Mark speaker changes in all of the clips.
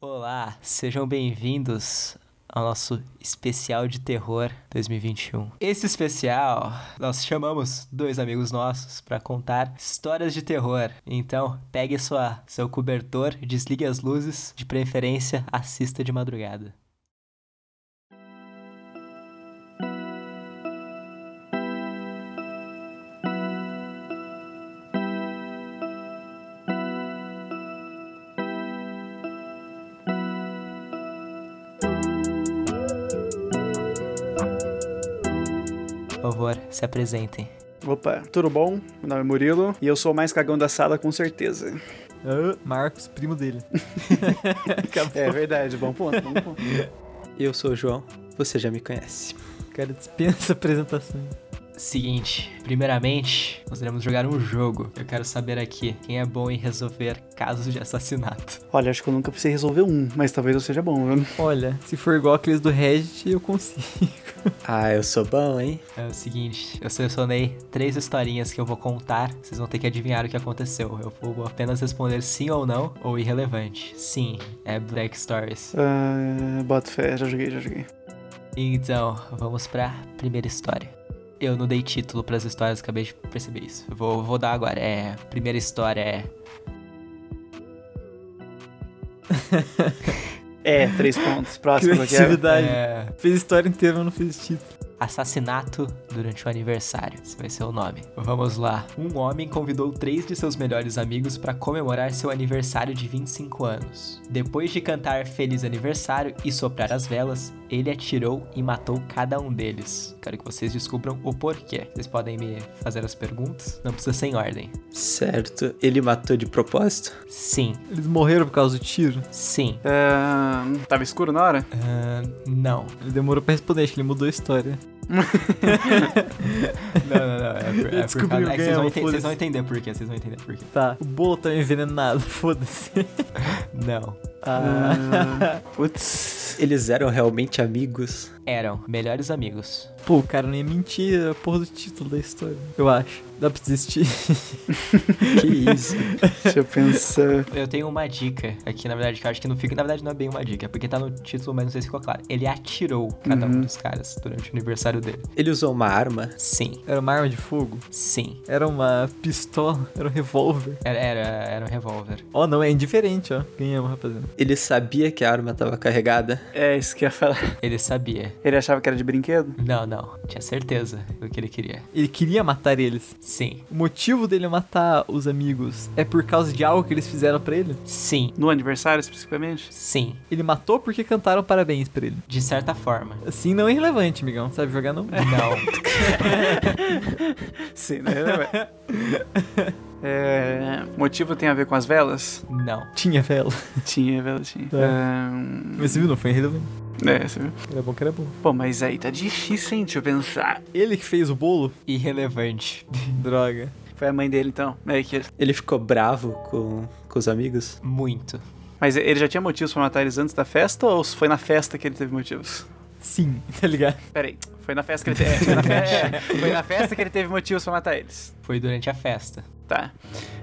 Speaker 1: Olá, sejam bem-vindos ao nosso especial de terror 2021. Esse especial nós chamamos dois amigos nossos para contar histórias de terror. Então, pegue sua seu cobertor, desligue as luzes, de preferência assista de madrugada. Por favor, se apresentem.
Speaker 2: Opa, tudo bom? Meu nome é Murilo e eu sou o mais cagão da sala com certeza.
Speaker 3: Ah, Marcos, primo dele.
Speaker 2: É verdade, bom ponto, bom ponto.
Speaker 4: Eu sou o João, você já me conhece.
Speaker 3: O cara dispensa apresentação.
Speaker 1: Seguinte, primeiramente, nós iremos jogar um jogo. Eu quero saber aqui quem é bom em resolver casos de assassinato.
Speaker 2: Olha, acho que eu nunca precisei resolver um, mas talvez eu seja bom, viu?
Speaker 3: Olha, se for igual aqueles do Reddit, eu consigo.
Speaker 4: Ah, eu sou bom, hein?
Speaker 1: É o seguinte, eu selecionei três historinhas que eu vou contar. Vocês vão ter que adivinhar o que aconteceu. Eu vou apenas responder sim ou não, ou irrelevante. Sim, é Black Stories.
Speaker 2: Ah, boto fé, já joguei, já joguei.
Speaker 1: Então, vamos pra primeira história. Eu não dei título pras histórias, acabei de perceber isso. Eu Vou, vou dar agora. É, primeira história é
Speaker 2: É, três pontos. Próximo aqui é.
Speaker 3: Criatividade.
Speaker 1: é,
Speaker 3: Fez história inteira, mas não fez título.
Speaker 1: Assassinato durante o aniversário. Esse vai ser o nome. Vamos lá. Um homem convidou três de seus melhores amigos para comemorar seu aniversário de 25 anos. Depois de cantar Feliz Aniversário e soprar as velas, ele atirou e matou cada um deles. Quero que vocês descubram o porquê. Vocês podem me fazer as perguntas? Não precisa ser em ordem.
Speaker 4: Certo, ele matou de propósito?
Speaker 1: Sim,
Speaker 3: Eles morreram por causa do tiro.
Speaker 1: sim,
Speaker 2: Ah, tava escuro na hora?
Speaker 1: ahn, não.
Speaker 3: Ele demorou pra responder, acho que ele mudou a história.
Speaker 1: Não, não, não. É por, é por
Speaker 3: Descobriu
Speaker 1: causa... é que vocês,
Speaker 3: ganhou,
Speaker 1: vão ente- vocês vão
Speaker 3: foda-se.
Speaker 1: entender por quê. Vocês vão entender por quê.
Speaker 3: Tá, o bolo tá envenenado, foda-se.
Speaker 1: Não.
Speaker 2: Ah,
Speaker 3: Ah,
Speaker 2: putz.
Speaker 4: Eles eram realmente amigos?
Speaker 1: Eram melhores amigos.
Speaker 3: É. pô, o cara não ia mentir é a porra do título da história. Eu acho. Dá pra desistir.
Speaker 4: Que isso?
Speaker 2: Deixa eu pensar.
Speaker 1: Eu tenho uma dica aqui, na verdade, que eu acho que não fica. Na verdade, não é bem uma dica, porque tá no título, mas não sei se ficou claro. Ele atirou cada um dos caras durante o aniversário dele.
Speaker 4: Uhum. Ele usou uma arma?
Speaker 1: Sim,
Speaker 3: Era uma arma de fogo?
Speaker 1: sim.
Speaker 3: Era uma pistola? Era um revólver?
Speaker 1: Era, era, era um revólver.
Speaker 3: Ó, não, é indiferente, ó. Ganhamos, rapaziada.
Speaker 4: Ele sabia que a arma tava carregada?
Speaker 2: É isso que eu ia falar.
Speaker 1: Ele sabia.
Speaker 2: Ele achava que era de brinquedo?
Speaker 1: Não, não. Tinha certeza do que ele queria.
Speaker 3: Ele queria matar eles.
Speaker 1: Sim,
Speaker 3: O motivo dele matar os amigos é por causa de algo que eles fizeram pra ele?
Speaker 1: sim,
Speaker 2: No aniversário, especificamente?
Speaker 1: sim.
Speaker 3: Ele matou porque cantaram parabéns pra ele.
Speaker 1: De certa forma.
Speaker 3: Assim não é irrelevante, amigão. Sabe jogar não?
Speaker 1: Não.
Speaker 2: Sim, né? É, motivo tem a ver com as velas?
Speaker 1: Não.
Speaker 3: Tinha vela.
Speaker 2: Tinha, vela tinha.
Speaker 3: Tá.
Speaker 2: Ah,
Speaker 3: Mas você viu, não foi irrelevante.
Speaker 2: é, você viu?
Speaker 3: Era bom que era bom.
Speaker 2: Pô, mas aí tá difícil, hein? Deixa eu pensar.
Speaker 3: Ele que fez o bolo?
Speaker 1: Irrelevante.
Speaker 3: Droga.
Speaker 2: Foi a mãe dele, então. É que...
Speaker 4: Ele ficou bravo com, com os amigos?
Speaker 1: Muito.
Speaker 2: Mas ele já tinha motivos pra matar eles antes da festa ou foi na festa que ele teve motivos?
Speaker 3: Sim, tá ligado?
Speaker 2: Peraí, foi na festa que ele teve. Foi na, fe- é, foi na festa que ele teve motivos pra matar eles.
Speaker 1: Foi durante a festa.
Speaker 2: Tá.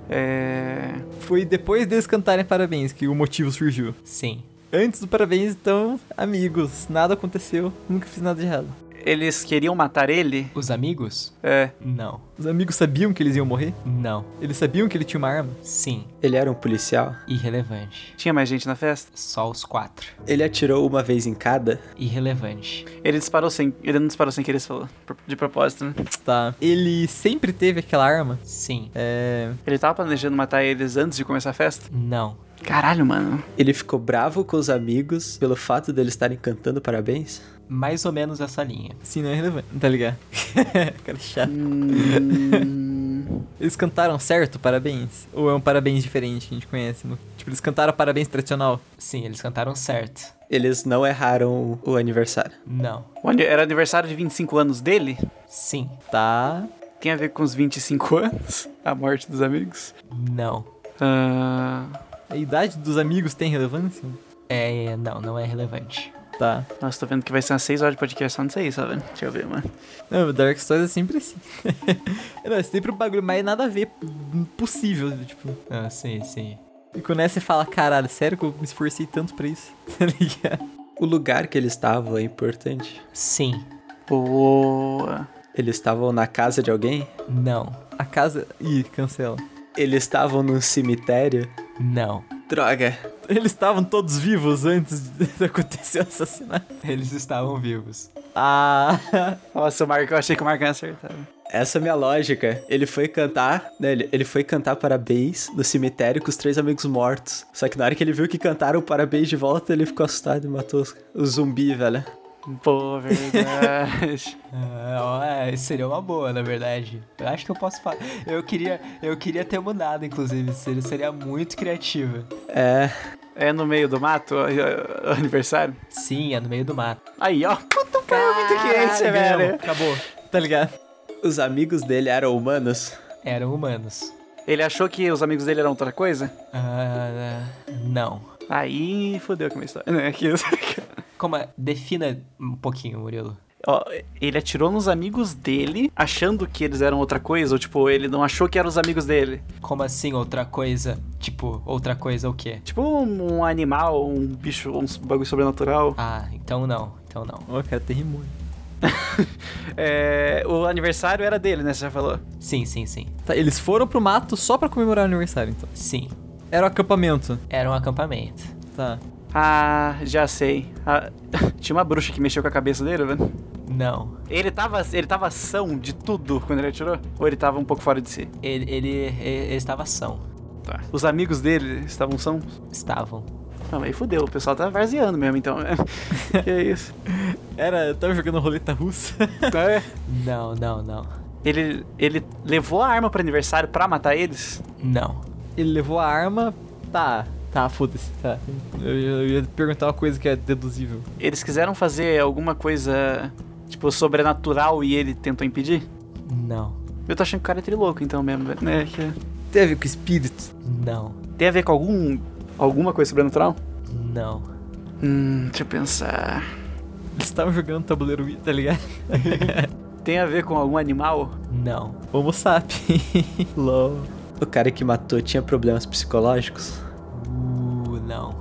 Speaker 2: É.
Speaker 3: Foi depois deles cantarem parabéns que o motivo surgiu.
Speaker 1: Sim.
Speaker 3: Antes do parabéns, então, amigos, nada aconteceu, nunca fiz nada de errado.
Speaker 2: Eles queriam matar ele?
Speaker 1: Os amigos?
Speaker 2: É.
Speaker 1: Não.
Speaker 3: Os amigos sabiam que eles iam morrer?
Speaker 1: Não.
Speaker 3: Eles sabiam que ele tinha uma arma?
Speaker 1: Sim.
Speaker 4: Ele era um policial?
Speaker 1: Irrelevante.
Speaker 2: Tinha mais gente na festa?
Speaker 1: Só os quatro.
Speaker 4: Ele atirou uma vez em cada?
Speaker 1: Irrelevante.
Speaker 2: Ele disparou sem. Ele não disparou sem querer, você falou. Pro- De propósito, né?
Speaker 3: Tá. Ele sempre teve aquela arma?
Speaker 1: Sim.
Speaker 3: É.
Speaker 2: Ele tava planejando matar eles antes de começar a festa?
Speaker 1: Não.
Speaker 2: Caralho, mano.
Speaker 4: Ele ficou bravo com os amigos pelo fato deles estarem cantando parabéns?
Speaker 1: Mais ou menos essa linha.
Speaker 3: Sim, não é relevante. Tá ligado? cara chato.
Speaker 2: Hum...
Speaker 3: Eles cantaram certo parabéns? Ou é um parabéns diferente que a gente conhece? no- Tipo, eles cantaram parabéns tradicional?
Speaker 1: Sim, eles cantaram certo.
Speaker 4: Eles não erraram o aniversário.
Speaker 1: Não.
Speaker 2: Olha, era aniversário de 25 anos dele?
Speaker 1: Sim.
Speaker 3: Tá.
Speaker 2: Tem a ver com os 25 anos? A morte dos amigos?
Speaker 1: Não.
Speaker 2: Ah.
Speaker 3: A idade dos amigos tem relevância?
Speaker 1: É. Não, não é relevante.
Speaker 3: Tá.
Speaker 2: Nossa, tô vendo que vai ser umas 6 horas de podcast só nisso aí, só tá vendo. Deixa eu ver, mano.
Speaker 3: Não, o Dark Stories é sempre assim. é não, é sempre um bagulho mais nada a ver possível, tipo.
Speaker 1: Ah, sim, sim.
Speaker 3: E quando é, você fala, caralho, sério que eu me esforcei tanto pra isso? Tá ligado?
Speaker 5: O lugar que eles estavam é importante.
Speaker 1: Sim.
Speaker 2: Boa.
Speaker 5: Eles estavam na casa de alguém?
Speaker 1: Não.
Speaker 3: A casa. Ih, cancela.
Speaker 5: Eles estavam num cemitério?
Speaker 1: Não.
Speaker 5: Droga.
Speaker 3: Eles estavam todos vivos antes de acontecer o assassinato.
Speaker 1: Eles estavam vivos.
Speaker 3: Ah,
Speaker 2: Nossa, o Marco, eu achei que o Marco ia acertar.
Speaker 5: Essa é a minha lógica. Ele foi cantar, né? Ele, ele foi cantar parabéns no cemitério com os três amigos mortos. Só que na hora que ele viu que cantaram parabéns de volta, ele ficou assustado e matou os- o zumbi, velho.
Speaker 2: Boa, verdade.
Speaker 1: Ah, ó, seria uma boa, na verdade. Eu acho que eu posso falar. Eu queria, eu queria ter mudado, inclusive. Seria, seria muito criativa.
Speaker 5: É.
Speaker 2: é no meio do mato, ó, ó, ó, aniversário?
Speaker 1: Sim, é no meio do mato.
Speaker 2: Aí, ó. Puta, cara, é muito quente,
Speaker 3: Caralho,
Speaker 2: velho.
Speaker 1: Acabou.
Speaker 3: tá ligado?
Speaker 5: Os amigos dele eram humanos?
Speaker 1: Eram humanos.
Speaker 2: Ele achou que os amigos dele eram outra coisa?
Speaker 1: Ah, não.
Speaker 2: Aí, fodeu com a minha história. Não, é que-
Speaker 1: Como é? Defina um pouquinho, Murilo.
Speaker 2: Ó, ele atirou nos amigos dele, achando que eles eram outra coisa, ou tipo, ele não achou que eram os amigos dele.
Speaker 1: Como assim outra coisa? Tipo, outra coisa o quê?
Speaker 2: Tipo um, um animal, um bicho, um bagulho sobrenatural.
Speaker 1: Ah, então não. Então não.
Speaker 3: Ó, cara, tem rimou.
Speaker 2: É, o aniversário era dele, né? Você já falou.
Speaker 1: Sim, sim, sim.
Speaker 3: Tá, eles foram pro mato só pra comemorar o aniversário, então.
Speaker 1: Sim.
Speaker 3: Era o acampamento.
Speaker 1: Era um acampamento.
Speaker 3: Tá.
Speaker 2: Ah, já sei. Ah, tinha uma bruxa que mexeu com a cabeça dele, velho.
Speaker 1: Não.
Speaker 2: Ele tava, ele tava são de tudo quando ele atirou? Ou ele tava um pouco fora de si?
Speaker 1: Ele, ele, ele estava são.
Speaker 2: Tá. Os amigos dele estavam são?
Speaker 1: Estavam.
Speaker 2: Não, aí fudeu, o pessoal tá varzeando mesmo, então. né? que isso?
Speaker 3: Era. Eu tava jogando roleta russa.
Speaker 2: É.
Speaker 1: Não, não, não.
Speaker 2: Ele, ele levou a arma pro aniversário pra matar eles?
Speaker 1: Não.
Speaker 3: Ele levou a arma. Tá. Tá, foda-se. Tá. Eu, eu- eu ia perguntar uma coisa que é deduzível.
Speaker 2: Eles quiseram fazer alguma coisa, tipo, sobrenatural e ele tentou impedir?
Speaker 1: Não.
Speaker 2: Eu tô achando que o cara é trilouco, então mesmo, velho. né? que-
Speaker 3: Teve com espírito.
Speaker 1: Não.
Speaker 2: Tem a ver com algum. alguma coisa sobrenatural?
Speaker 1: Não.
Speaker 2: Hum, deixa eu pensar.
Speaker 3: Eles estavam jogando tabuleiro, Wii, tá ligado?
Speaker 2: Tem a ver com algum animal?
Speaker 1: Não.
Speaker 3: Homo sapiens. LOL.
Speaker 5: O cara que matou tinha problemas psicológicos?
Speaker 1: Uh, não.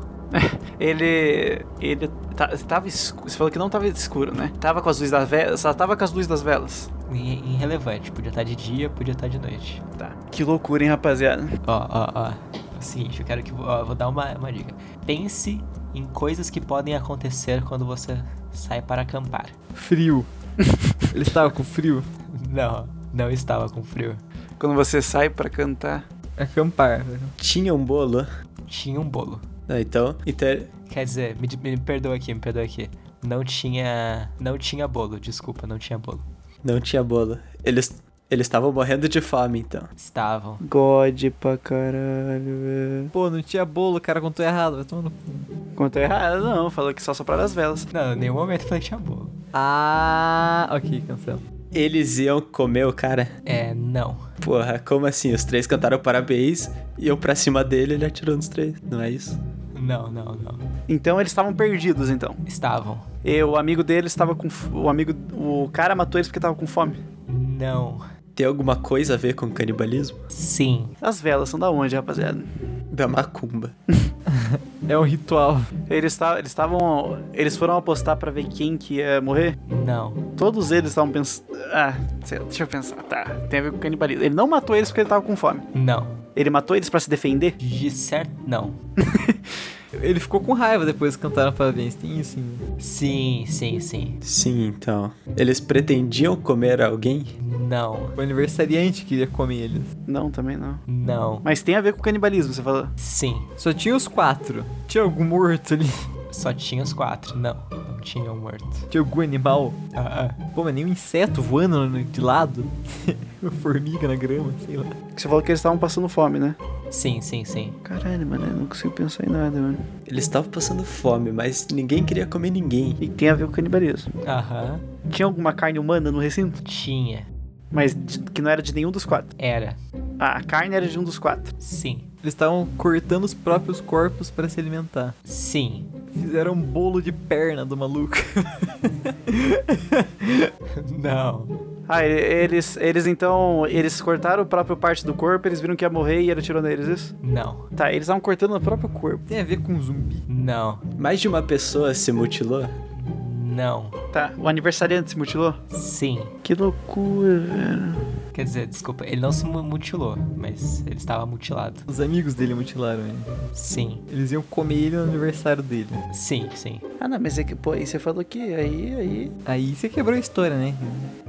Speaker 2: Ele. Ele. Tá, tava escuro. Você falou que não tava escuro, né? Tava com as luzes das velas. Só tava com as luzes das velas.
Speaker 1: I- Irrelevante. Podia estar de dia, podia estar de noite.
Speaker 2: Tá. Que loucura, hein, rapaziada?
Speaker 1: Ó, ó, ó. É o seguinte, eu quero que. Ó, eu vou dar uma, uma dica. Pense em coisas que podem acontecer quando você sai para acampar.
Speaker 3: Frio. Ele estava com frio.
Speaker 1: Não. Não estava com frio.
Speaker 2: Quando você sai pra cantar.
Speaker 3: Acampar.
Speaker 5: Tinha um bolo?
Speaker 1: Tinha um bolo.
Speaker 5: Não, então, então.
Speaker 1: Quer dizer, me, me perdoa aqui, me perdoa aqui. Não tinha. Não tinha bolo, desculpa, não tinha bolo.
Speaker 5: Não tinha bolo. Eles. Eles estavam morrendo de fome, então.
Speaker 1: Estavam.
Speaker 2: God pra caralho, velho.
Speaker 3: Pô, não tinha bolo, o cara contou errado. Vai tomar no cu.
Speaker 2: Contou errado, não. Falou que só sopraram as velas.
Speaker 1: Não, em nenhum momento eu falei que tinha bolo.
Speaker 3: Ah, ok, cancela.
Speaker 5: Eles iam comer o cara?
Speaker 1: É, não.
Speaker 5: Porra, como assim? Os três cantaram parabéns, iam pra cima dele ele atirou nos três. Não é isso?
Speaker 1: Não, não, não.
Speaker 2: Então eles estavam perdidos, então.
Speaker 1: Estavam.
Speaker 2: E o amigo deles estava com. f- O amigo. O cara matou eles porque tava com fome.
Speaker 1: Não.
Speaker 5: Tem alguma coisa a ver com canibalismo?
Speaker 1: Sim.
Speaker 2: As velas são da onde, rapaziada?
Speaker 5: Da macumba.
Speaker 3: É um ritual.
Speaker 2: Eles ta- eles estavam. Eles foram apostar pra ver quem que ia morrer?
Speaker 1: Não.
Speaker 2: Todos eles estavam pensando. Ah, sei lá, deixa eu pensar. Tá, tem a ver com canibalismo. Ele não matou eles porque ele tava com fome.
Speaker 1: Não.
Speaker 2: Ele matou eles pra se defender?
Speaker 1: De certo. Não.
Speaker 3: Ele ficou com raiva depois que cantaram parabéns. Tem isso ainda.
Speaker 1: Sim, sim, sim.
Speaker 5: Sim, então. Eles pretendiam comer alguém?
Speaker 1: Não.
Speaker 3: O aniversariante queria comer eles.
Speaker 2: Não, também não.
Speaker 1: Não.
Speaker 2: Mas tem a ver com canibalismo, você falou.
Speaker 1: Sim.
Speaker 3: Só tinha os quatro. Tinha algum morto ali?
Speaker 1: Só tinha os quatro. Não. Não tinha um morto.
Speaker 3: Tinha algum animal?
Speaker 1: Ah, ah.
Speaker 3: Pô, mas nem um inseto voando no- de lado? Uma formiga na grama, sei lá.
Speaker 2: Você falou que eles estavam passando fome, né?
Speaker 1: Sim, sim, sim.
Speaker 2: Caralho, mano, eu não consigo pensar em nada, mano.
Speaker 5: Eles estavam passando fome, mas ninguém queria comer ninguém.
Speaker 2: E tem a ver com canibalismo.
Speaker 1: Aham.
Speaker 2: Tinha alguma carne humana no recinto?
Speaker 1: Tinha.
Speaker 2: Mas de- que não era de nenhum dos quatro.
Speaker 1: Era.
Speaker 2: Ah, a carne era de um dos quatro.
Speaker 1: Sim.
Speaker 3: Eles estavam cortando os próprios corpos pra se alimentar.
Speaker 1: Sim.
Speaker 3: Fizeram um bolo de perna do maluco.
Speaker 1: Não.
Speaker 2: Ah, e- eles, eles então, eles cortaram a própria parte do corpo, eles viram que ia morrer e ele atirou neles, isso?
Speaker 1: Não.
Speaker 2: Tá, eles estavam cortando o próprio corpo.
Speaker 3: Tem a ver com zumbi.
Speaker 1: Não.
Speaker 5: Mais de uma pessoa se mutilou?
Speaker 1: Não.
Speaker 2: Tá, o aniversariante se mutilou?
Speaker 1: Sim.
Speaker 2: Que loucura, velho.
Speaker 1: Quer dizer, desculpa, ele não se mu- mutilou, mas ele estava mutilado.
Speaker 3: Os amigos dele mutilaram ele.
Speaker 1: Sim,
Speaker 3: Eles iam comer ele no aniversário dele.
Speaker 1: sim, sim.
Speaker 2: Ah, não, mas é que, pô, aí você falou que aí, aí...
Speaker 3: Aí você quebrou a história, né?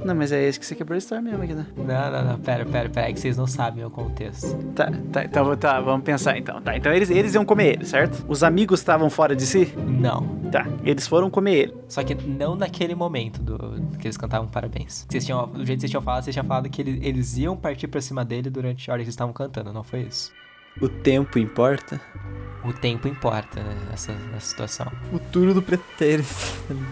Speaker 2: Não, mas é esse que você quebrou a história mesmo aqui, né?
Speaker 1: Não, não, não, pera, pera, pera, é que vocês não sabem o contexto.
Speaker 2: Tá, tá, então, tá, vamos pensar então. Tá, então eles, eles iam comer ele, certo? Os amigos estavam fora de si?
Speaker 1: Não.
Speaker 2: Tá, eles foram comer ele.
Speaker 1: Só que não naquele momento do que eles cantavam parabéns. Vocês tinham, do jeito que vocês tinham falado, vocês tinham falado que ele- eles iam partir pra cima dele durante a hora que eles estavam cantando, não foi isso?
Speaker 5: O tempo importa?
Speaker 1: O tempo importa, né, nessa, nessa situação.
Speaker 3: O turno do pretérito.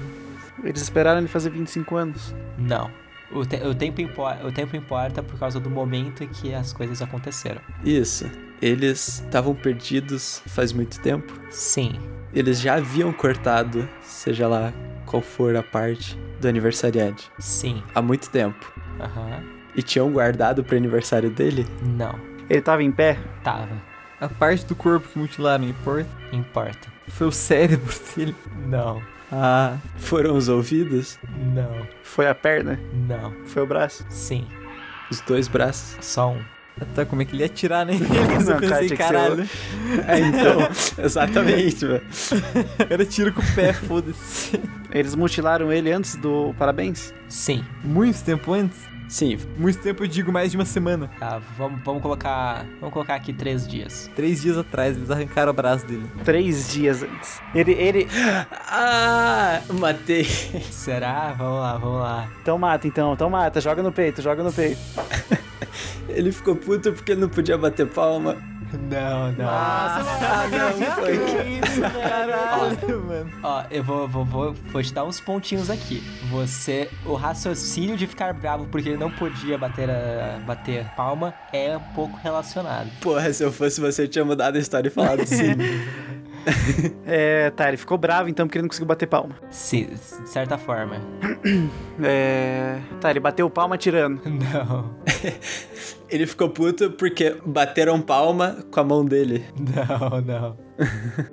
Speaker 2: Eles esperaram ele fazer 25 anos.
Speaker 1: Não. O, te- o tempo impor- o tempo importa por causa do momento em que as coisas aconteceram.
Speaker 5: Isso. Eles estavam perdidos faz muito tempo.
Speaker 1: Sim,
Speaker 5: Eles já haviam cortado, seja lá qual for a parte do aniversariante,
Speaker 1: sim,
Speaker 5: há muito tempo.
Speaker 1: aham,
Speaker 5: E tinham guardado pro aniversário dele?
Speaker 1: não.
Speaker 2: Ele tava em pé?
Speaker 1: Tava,
Speaker 3: A parte do corpo que mutilaram importa.
Speaker 1: importa.
Speaker 3: Foi o cérebro dele.
Speaker 1: Não,
Speaker 3: Ah,
Speaker 5: Foram os ouvidos?
Speaker 1: não,
Speaker 2: Foi a perna?
Speaker 1: não.
Speaker 2: Foi o braço?
Speaker 1: Sim,
Speaker 5: Os dois braços?
Speaker 1: só um.
Speaker 3: tá, como é que ele ia atirar neles? Eu
Speaker 2: Não, cara,
Speaker 3: pensei,
Speaker 2: tinha que ser
Speaker 3: caralho.
Speaker 5: É, então, exatamente, velho.
Speaker 3: Era tiro com o pé, foda-se.
Speaker 2: Eles mutilaram ele antes do parabéns?
Speaker 1: Sim,
Speaker 3: Muito tempo antes?
Speaker 5: Sim,
Speaker 3: Muito tempo eu digo mais de uma semana.
Speaker 1: tá. Vamos, vamos colocar. Vamos colocar aqui três dias.
Speaker 3: Três dias atrás, eles arrancaram o braço dele.
Speaker 2: Três dias antes. Ele, ele.
Speaker 5: Ah, matei.
Speaker 1: Será? Vamos lá, vamos lá.
Speaker 2: Então mata, então, então mata, joga no peito, joga no peito.
Speaker 5: Ele ficou puto porque não podia bater palma.
Speaker 1: Não, não.
Speaker 5: Ah, não, foi.
Speaker 3: isso, caralho, mano.
Speaker 1: Ó, eu vou, vou, vou, vou te dar uns pontinhos aqui. Você. O raciocínio de ficar bravo porque ele não podia bater a. bater palma é um pouco relacionado.
Speaker 5: Porra, se eu fosse você, eu tinha mudado a história e falado assim. sim.
Speaker 2: É, tá, ele ficou bravo então porque ele não conseguiu bater palma.
Speaker 1: Sim, de certa forma.
Speaker 2: É. Tá, ele bateu palma tirando.
Speaker 1: Não,
Speaker 5: Ele ficou puto porque bateram palma com a mão dele.
Speaker 1: não, não.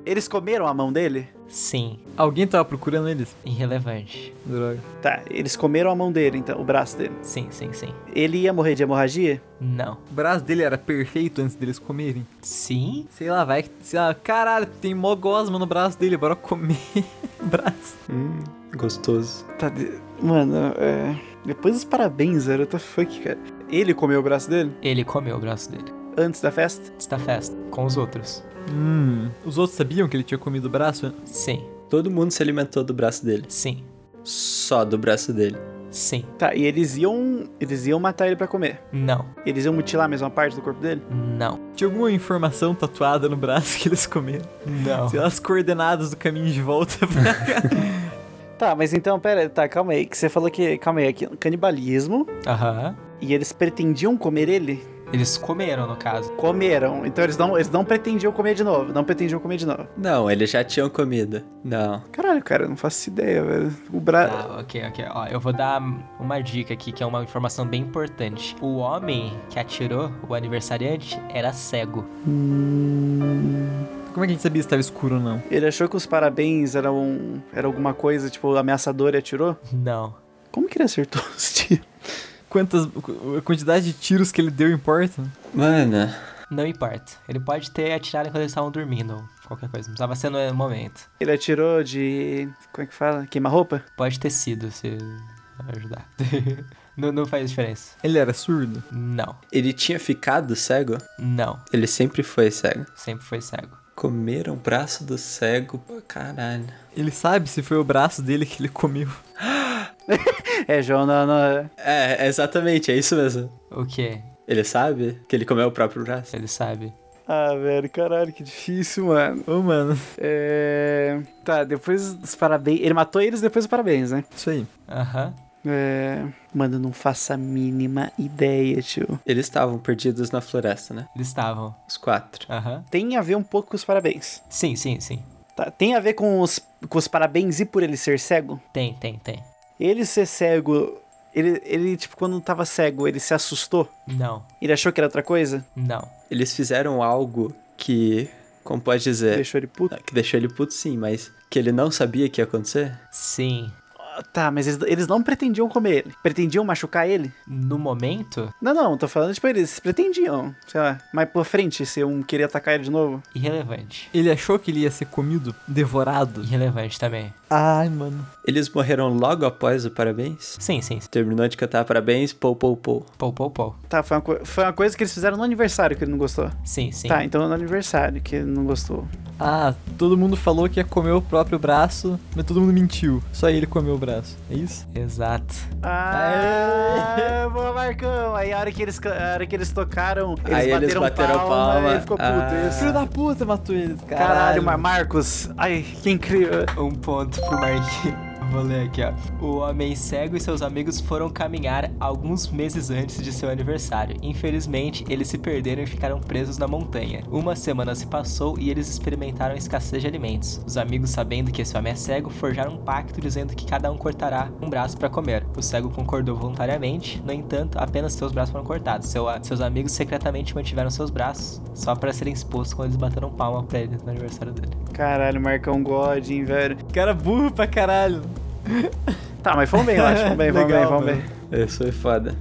Speaker 2: Eles comeram a mão dele?
Speaker 1: Sim,
Speaker 3: Alguém tava procurando eles?
Speaker 1: irrelevante.
Speaker 3: Droga.
Speaker 2: Tá, eles comeram a mão dele, então, o braço dele.
Speaker 1: Sim, sim, sim.
Speaker 2: Ele ia morrer de hemorragia?
Speaker 1: Não.
Speaker 3: O braço dele era perfeito antes deles comerem.
Speaker 1: Sim?
Speaker 3: Sei lá, vai que. Sei lá, caralho, tem mó gosma no braço dele, bora comer o braço.
Speaker 5: Hum, gostoso.
Speaker 2: Tá, de- mano, é. Depois dos parabéns, velho, what the fuck, cara. Ele comeu o braço dele?
Speaker 1: Ele comeu o braço dele.
Speaker 2: Antes da festa?
Speaker 1: Está festa. Com os outros.
Speaker 3: Hum. Os outros sabiam que ele tinha comido o braço?
Speaker 1: Sim,
Speaker 5: Todo mundo se alimentou do braço dele.
Speaker 1: sim,
Speaker 5: Só do braço dele.
Speaker 1: sim.
Speaker 2: Tá, e eles iam. Eles iam matar ele pra comer.
Speaker 1: Não,
Speaker 2: Eles iam mutilar a mesma parte do corpo dele?
Speaker 1: não,
Speaker 3: Tinha alguma informação tatuada no braço que eles comeram?
Speaker 1: não.
Speaker 3: Sei lá, as coordenadas do caminho de volta pra cá.
Speaker 2: Tá, mas então, pera, tá, calma aí, que você falou que, calma aí, aqui, canibalismo,
Speaker 1: Aham.
Speaker 2: e eles pretendiam comer ele?
Speaker 1: Eles comeram, no caso.
Speaker 2: Comeram, então eles não, eles não pretendiam comer de novo, não pretendiam comer de novo.
Speaker 5: Não, eles já tinham comida. Não.
Speaker 2: Caralho, cara, eu não faço ideia, velho. O bra...
Speaker 1: Ah, ok, ok. Ó, eu vou dar uma dica aqui, que é uma informação bem importante. O homem que atirou, o aniversariante, era cego.
Speaker 3: Como é que a gente sabia se tava escuro ou não?
Speaker 2: Ele achou que os parabéns eram, um, era alguma coisa, tipo, ameaçadora e atirou?
Speaker 1: Não,
Speaker 2: Como que ele acertou os tiros?
Speaker 3: Quantas. A quantidade de tiros que ele deu importa?
Speaker 5: Mano,
Speaker 1: não importa. Ele pode ter atirado enquanto eles estavam dormindo, ou qualquer coisa. Não precisava ser no momento.
Speaker 2: Ele atirou de... como é que fala? Queima-roupa?
Speaker 1: Pode ter sido, se ajudar. não, não faz diferença.
Speaker 3: Ele era surdo?
Speaker 1: Não,
Speaker 5: ele tinha ficado cego?
Speaker 1: não.
Speaker 5: Ele sempre foi cego.
Speaker 1: Sempre foi cego.
Speaker 5: Comeram o braço do cego? Pô, caralho.
Speaker 3: Ele sabe se foi o braço dele que ele comeu.
Speaker 2: É, João, não, não,
Speaker 5: É, exatamente, é isso mesmo.
Speaker 1: O quê?
Speaker 5: Ele sabe que ele comeu o próprio braço?
Speaker 1: Ele sabe.
Speaker 2: Ah, velho, caralho, que difícil, mano.
Speaker 3: Ô, mano.
Speaker 2: É... Tá, depois dos parabéns... Ele matou eles depois dos parabéns, né?
Speaker 3: Isso aí.
Speaker 1: Aham.
Speaker 2: É. Mano, não faço a mínima ideia, tio.
Speaker 5: Eles estavam perdidos na floresta, né?
Speaker 1: Eles estavam.
Speaker 5: Os quatro.
Speaker 1: Aham.
Speaker 2: Tem a ver um pouco com os parabéns.
Speaker 1: Sim, sim, sim.
Speaker 2: Tá, tem a ver com os, com os parabéns e por ele ser cego?
Speaker 1: Tem, tem, tem.
Speaker 2: Ele ser cego, ele, ele, tipo, quando tava cego, ele se assustou?
Speaker 1: Não,
Speaker 2: Ele achou que era outra coisa?
Speaker 1: não.
Speaker 5: Eles fizeram algo que, como pode dizer,
Speaker 2: Deixou ele puto?
Speaker 5: que deixou ele puto sim, mas que ele não sabia que ia acontecer?
Speaker 1: Sim.
Speaker 2: Ah, Tá, mas eles, eles não pretendiam comer ele. Pretendiam machucar ele?
Speaker 1: No momento,
Speaker 2: Não, não, tô falando, tipo, eles pretendiam. Sei lá, mais pra frente, se um queria atacar ele de novo.
Speaker 1: irrelevante.
Speaker 3: Ele achou que ele ia ser comido, devorado.
Speaker 1: Irrelevante também.
Speaker 3: Ai, mano.
Speaker 5: Eles morreram logo após o parabéns?
Speaker 1: Sim, sim. sim.
Speaker 5: Terminou de cantar parabéns, pou, pou, pou.
Speaker 1: Pou, pou, pou.
Speaker 2: Tá, foi uma, co- foi uma coisa que eles fizeram no aniversário que ele não gostou.
Speaker 1: Sim, sim.
Speaker 2: Tá, então no aniversário que ele não gostou.
Speaker 3: Ah, todo mundo falou que ia comer o próprio braço, mas todo mundo mentiu. Só ele comeu o braço. É isso?
Speaker 1: Exato.
Speaker 2: Ah, boa, Marcão. Aí a hora que eles, a hora que eles tocaram, eles
Speaker 5: Aí
Speaker 2: bateram,
Speaker 5: eles bateram
Speaker 2: palma,
Speaker 5: palma.
Speaker 2: e ele ficou puto.
Speaker 5: Ah.
Speaker 2: Isso.
Speaker 3: Filho da puta matou ele. Caralho,
Speaker 2: Caralho, Mar
Speaker 3: mano.
Speaker 2: Marcos. Ai, que incrível.
Speaker 1: Um ponto pro Marquinhos. Vou ler aqui, ó. O homem cego e seus amigos foram caminhar alguns meses antes de seu aniversário. Infelizmente, eles se perderam e ficaram presos na montanha. Uma semana se passou e eles experimentaram escassez de alimentos. Os amigos, sabendo que esse homem é cego, forjaram um pacto dizendo que cada um cortará um braço para comer. O cego concordou voluntariamente, no entanto, apenas seus braços foram cortados. Seu- ah, seus amigos secretamente mantiveram seus braços só para serem expostos quando eles bateram palma pra ele no aniversário dele.
Speaker 2: Caralho, Marcão God, hein, velho.
Speaker 3: Cara é burro pra caralho.
Speaker 2: Tá, mas vamos bem, eu acho. Vamos bem, vamos bem,
Speaker 3: Legal,
Speaker 2: vamos
Speaker 3: mano.
Speaker 2: bem.
Speaker 5: Isso foi foda.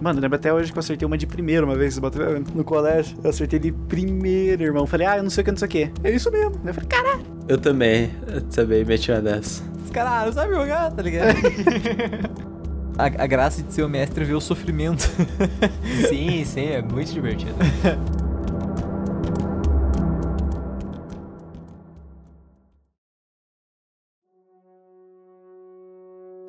Speaker 2: Mano, lembra até hoje que eu acertei uma de primeira uma vez, você bateu no colégio. Eu acertei de primeira, irmão. Falei, ah, eu não sei o que, não sei o que. É isso mesmo. Eu falei, caralho.
Speaker 5: Eu também, eu também meti uma dessa.
Speaker 3: Os caras não sabem jogar, tá ligado? a, a graça de ser o mestre é ver o sofrimento.
Speaker 1: Sim, sim, é muito divertido.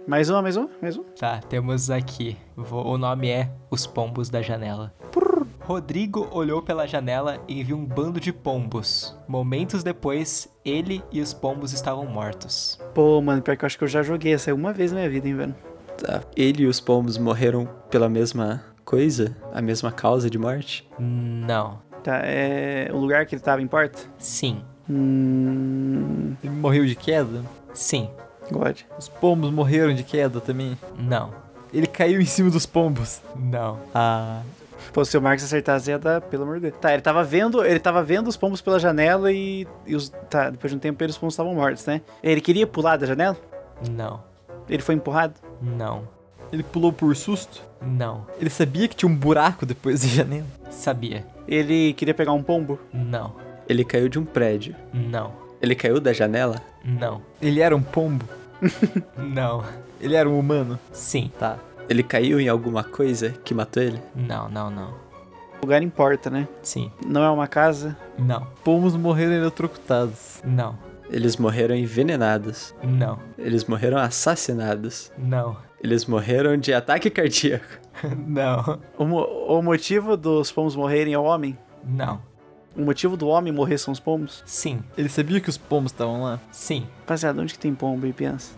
Speaker 2: Mais uma, mais uma, mais uma.
Speaker 1: Tá, temos aqui. Vou- o nome é Os Pombos da Janela. Rodrigo olhou pela janela e viu um bando de pombos. Momentos depois, ele e os pombos estavam mortos.
Speaker 2: Pô, mano, pior que eu acho que eu já joguei essa uma vez na minha vida, hein, velho.
Speaker 5: Tá. Ele e os pombos morreram pela mesma coisa? A mesma causa de morte?
Speaker 1: Não.
Speaker 2: Tá, é. O lugar que ele tava importa?
Speaker 1: Sim.
Speaker 2: Hum.
Speaker 3: Ele morreu de queda.
Speaker 1: Sim.
Speaker 2: God.
Speaker 3: Os pombos morreram de queda também.
Speaker 1: Não.
Speaker 3: Ele caiu em cima dos pombos.
Speaker 1: Não.
Speaker 3: Ah.
Speaker 2: Pô, se o Marcos acertasse, ia dar, pelo amor de Deus. Tá, ele tava vendo, ele tava vendo os pombos pela janela e, e os, tá, depois de um tempo eles pombos estavam mortos, né? Ele queria pular da janela?
Speaker 1: Não.
Speaker 2: Ele foi empurrado?
Speaker 1: Não.
Speaker 3: Ele pulou por susto.
Speaker 1: Não.
Speaker 3: Ele sabia que tinha um buraco depois da janela.
Speaker 1: Sabia.
Speaker 2: Ele queria pegar um pombo?
Speaker 1: Não.
Speaker 5: Ele caiu de um prédio.
Speaker 1: Não.
Speaker 5: Ele caiu da janela?
Speaker 1: Não.
Speaker 3: Ele era um pombo.
Speaker 1: Não.
Speaker 3: Ele era um humano.
Speaker 1: Sim.
Speaker 3: Tá.
Speaker 5: Ele caiu em alguma coisa que matou ele?
Speaker 1: Não, não, não.
Speaker 2: O lugar importa, né?
Speaker 1: Sim.
Speaker 2: Não é uma casa.
Speaker 1: Não.
Speaker 3: Pombos morreram eletrocutados.
Speaker 1: Não.
Speaker 5: Eles morreram envenenados.
Speaker 1: Não.
Speaker 5: Eles morreram assassinados.
Speaker 1: Não.
Speaker 5: Eles morreram de ataque cardíaco.
Speaker 1: Não.
Speaker 2: O, mo- o motivo dos pombos morrerem é o homem?
Speaker 1: Não.
Speaker 2: O motivo do homem morrer são os pombos?
Speaker 1: Sim.
Speaker 3: Ele sabia que os pombos estavam lá.
Speaker 1: Sim.
Speaker 2: Rapaziada, onde que tem pombo aí, pensa?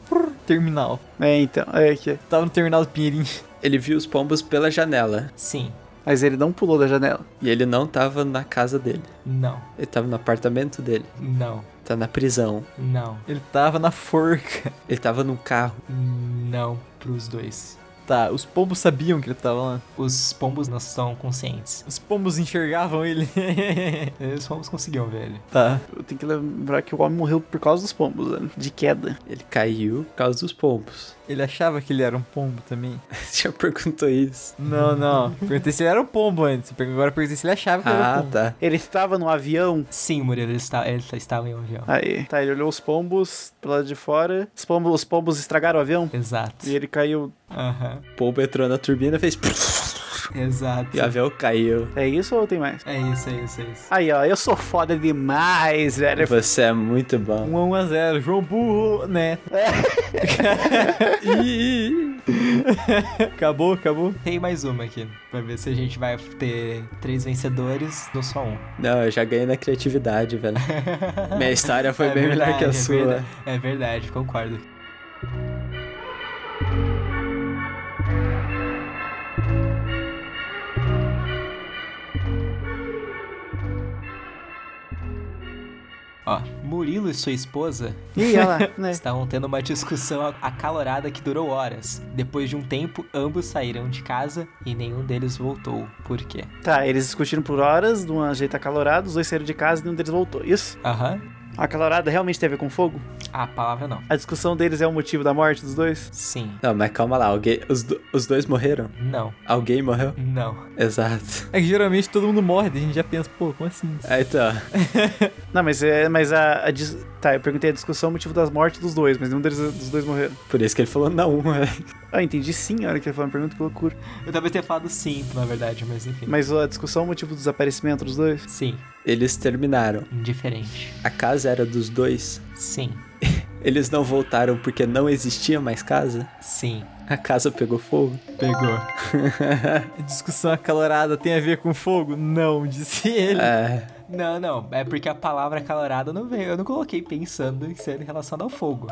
Speaker 3: Terminal.
Speaker 2: É, então, é que.
Speaker 3: Tava no terminal do Pinheirinho.
Speaker 5: Ele viu os pombos pela janela.
Speaker 1: Sim.
Speaker 2: Mas ele não pulou da janela.
Speaker 5: E ele não tava na casa dele.
Speaker 1: Não.
Speaker 5: Ele tava no apartamento dele.
Speaker 1: Não.
Speaker 5: Tá na prisão.
Speaker 1: Não.
Speaker 3: Ele tava na forca.
Speaker 5: Ele tava num carro.
Speaker 1: Não pros dois.
Speaker 3: Tá, os pombos sabiam que ele tava lá.
Speaker 1: Os pombos não são conscientes.
Speaker 3: Os pombos enxergavam ele.
Speaker 1: Os pombos conseguiam ver ele.
Speaker 3: tá.
Speaker 2: Eu tenho que lembrar que o homem morreu por causa dos pombos, né? De queda.
Speaker 5: Ele caiu por causa dos pombos.
Speaker 3: Ele achava que ele era um pombo também.
Speaker 5: Você já perguntou isso?
Speaker 3: Não, não. Perguntei se ele era um pombo antes. Agora perguntei se ele achava que ele era um
Speaker 5: Ah,
Speaker 3: pombo.
Speaker 5: tá.
Speaker 2: Ele estava no avião
Speaker 1: Sim, Murilo, ele, está, ele está- estava em um avião.
Speaker 2: Aí, tá, ele olhou os pombos pro lado de fora. Os pombos, os pombos estragaram o avião
Speaker 1: Exato.
Speaker 2: e ele caiu.
Speaker 1: Aham.
Speaker 5: O pombo entrou na turbina e fez.
Speaker 1: Exato.
Speaker 5: E o avião caiu.
Speaker 2: É isso ou tem mais?
Speaker 1: É isso, é isso, é isso.
Speaker 2: Aí, ó, eu sou foda demais, velho.
Speaker 5: Você é muito bom.
Speaker 3: 1 a 1 a 0. João Burro, né? acabou, acabou.
Speaker 1: Tem mais uma aqui. Pra ver se a gente vai ter três vencedores ou só um.
Speaker 5: Não, eu já ganhei na criatividade, velho. Minha história foi
Speaker 1: É
Speaker 5: bem melhor que a
Speaker 1: verdade, é
Speaker 5: sua.
Speaker 1: verdade. É verdade, concordo. Ó, Murilo e sua esposa
Speaker 2: Ih, olha lá, né?
Speaker 1: estavam tendo uma discussão acalorada que durou horas. Depois de um tempo, ambos saíram de casa e nenhum deles voltou. Por quê?
Speaker 2: Tá, eles discutiram por horas, de um jeito acalorado, os dois saíram de casa e nenhum deles voltou. Isso?
Speaker 1: Aham.
Speaker 2: A acalorada realmente teve com fogo?
Speaker 1: A palavra não.
Speaker 2: A discussão deles é o motivo da morte dos dois?
Speaker 1: Sim.
Speaker 5: Não, mas calma lá, alguém, os, do- os dois morreram?
Speaker 1: Não.
Speaker 5: Alguém morreu?
Speaker 1: Não.
Speaker 5: Exato.
Speaker 3: É que geralmente todo mundo morre, daí a gente já pensa, pô, como assim?
Speaker 5: É, então,
Speaker 2: Não, mas, é, mas a, a dis- Tá, eu perguntei a discussão, o motivo das mortes dos dois, mas nenhum deles, dos dois morreram.
Speaker 5: por isso que ele falou não, né?
Speaker 2: Ah, entendi sim, a hora que ele falou uma pergunta, que loucura.
Speaker 1: Eu talvez tenha falado sim, na verdade, mas enfim.
Speaker 2: Mas a discussão é o motivo do desaparecimento dos dois?
Speaker 1: Sim.
Speaker 5: Eles terminaram.
Speaker 1: Indiferente.
Speaker 5: A casa era dos dois.
Speaker 1: Sim.
Speaker 5: Eles não voltaram porque não existia mais casa?
Speaker 1: Sim.
Speaker 5: A casa pegou fogo?
Speaker 1: Pegou.
Speaker 3: Discussão acalorada tem a ver com fogo? Não, disse ele.
Speaker 5: É,
Speaker 1: Não, não. É porque a palavra acalorada não veio. Eu não coloquei pensando em ser relacionado ao fogo.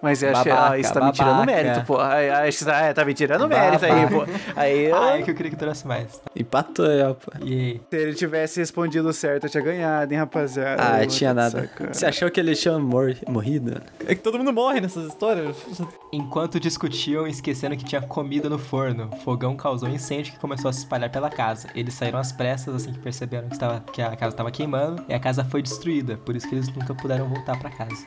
Speaker 2: Mas eu acho que
Speaker 3: Babaca,
Speaker 2: ah, isso tá me tirando
Speaker 3: babaca.
Speaker 2: mérito, pô. Aí, aí, isso tá, é, tá me tirando mérito aí, pô. Aí eu-
Speaker 1: ah, é que eu queria que trouxe mais. Tá.
Speaker 5: empatou é, aí, ó. pô.
Speaker 1: E aí?
Speaker 2: se ele tivesse respondido certo, eu tinha ganhado, hein, rapaziada.
Speaker 5: Ah,
Speaker 2: Eu vou
Speaker 5: tinha
Speaker 2: te
Speaker 5: nada.
Speaker 2: sacar.
Speaker 5: Você achou que ele tinha mor- morrido?
Speaker 3: É que todo mundo morre nessas histórias.
Speaker 1: Enquanto discutiam, esquecendo que tinha comida no forno, o fogão causou um incêndio que começou a se espalhar pela casa. Eles saíram às pressas assim que perceberam que, estava, que a casa estava queimando e a casa foi destruída, por isso que eles nunca puderam voltar pra casa.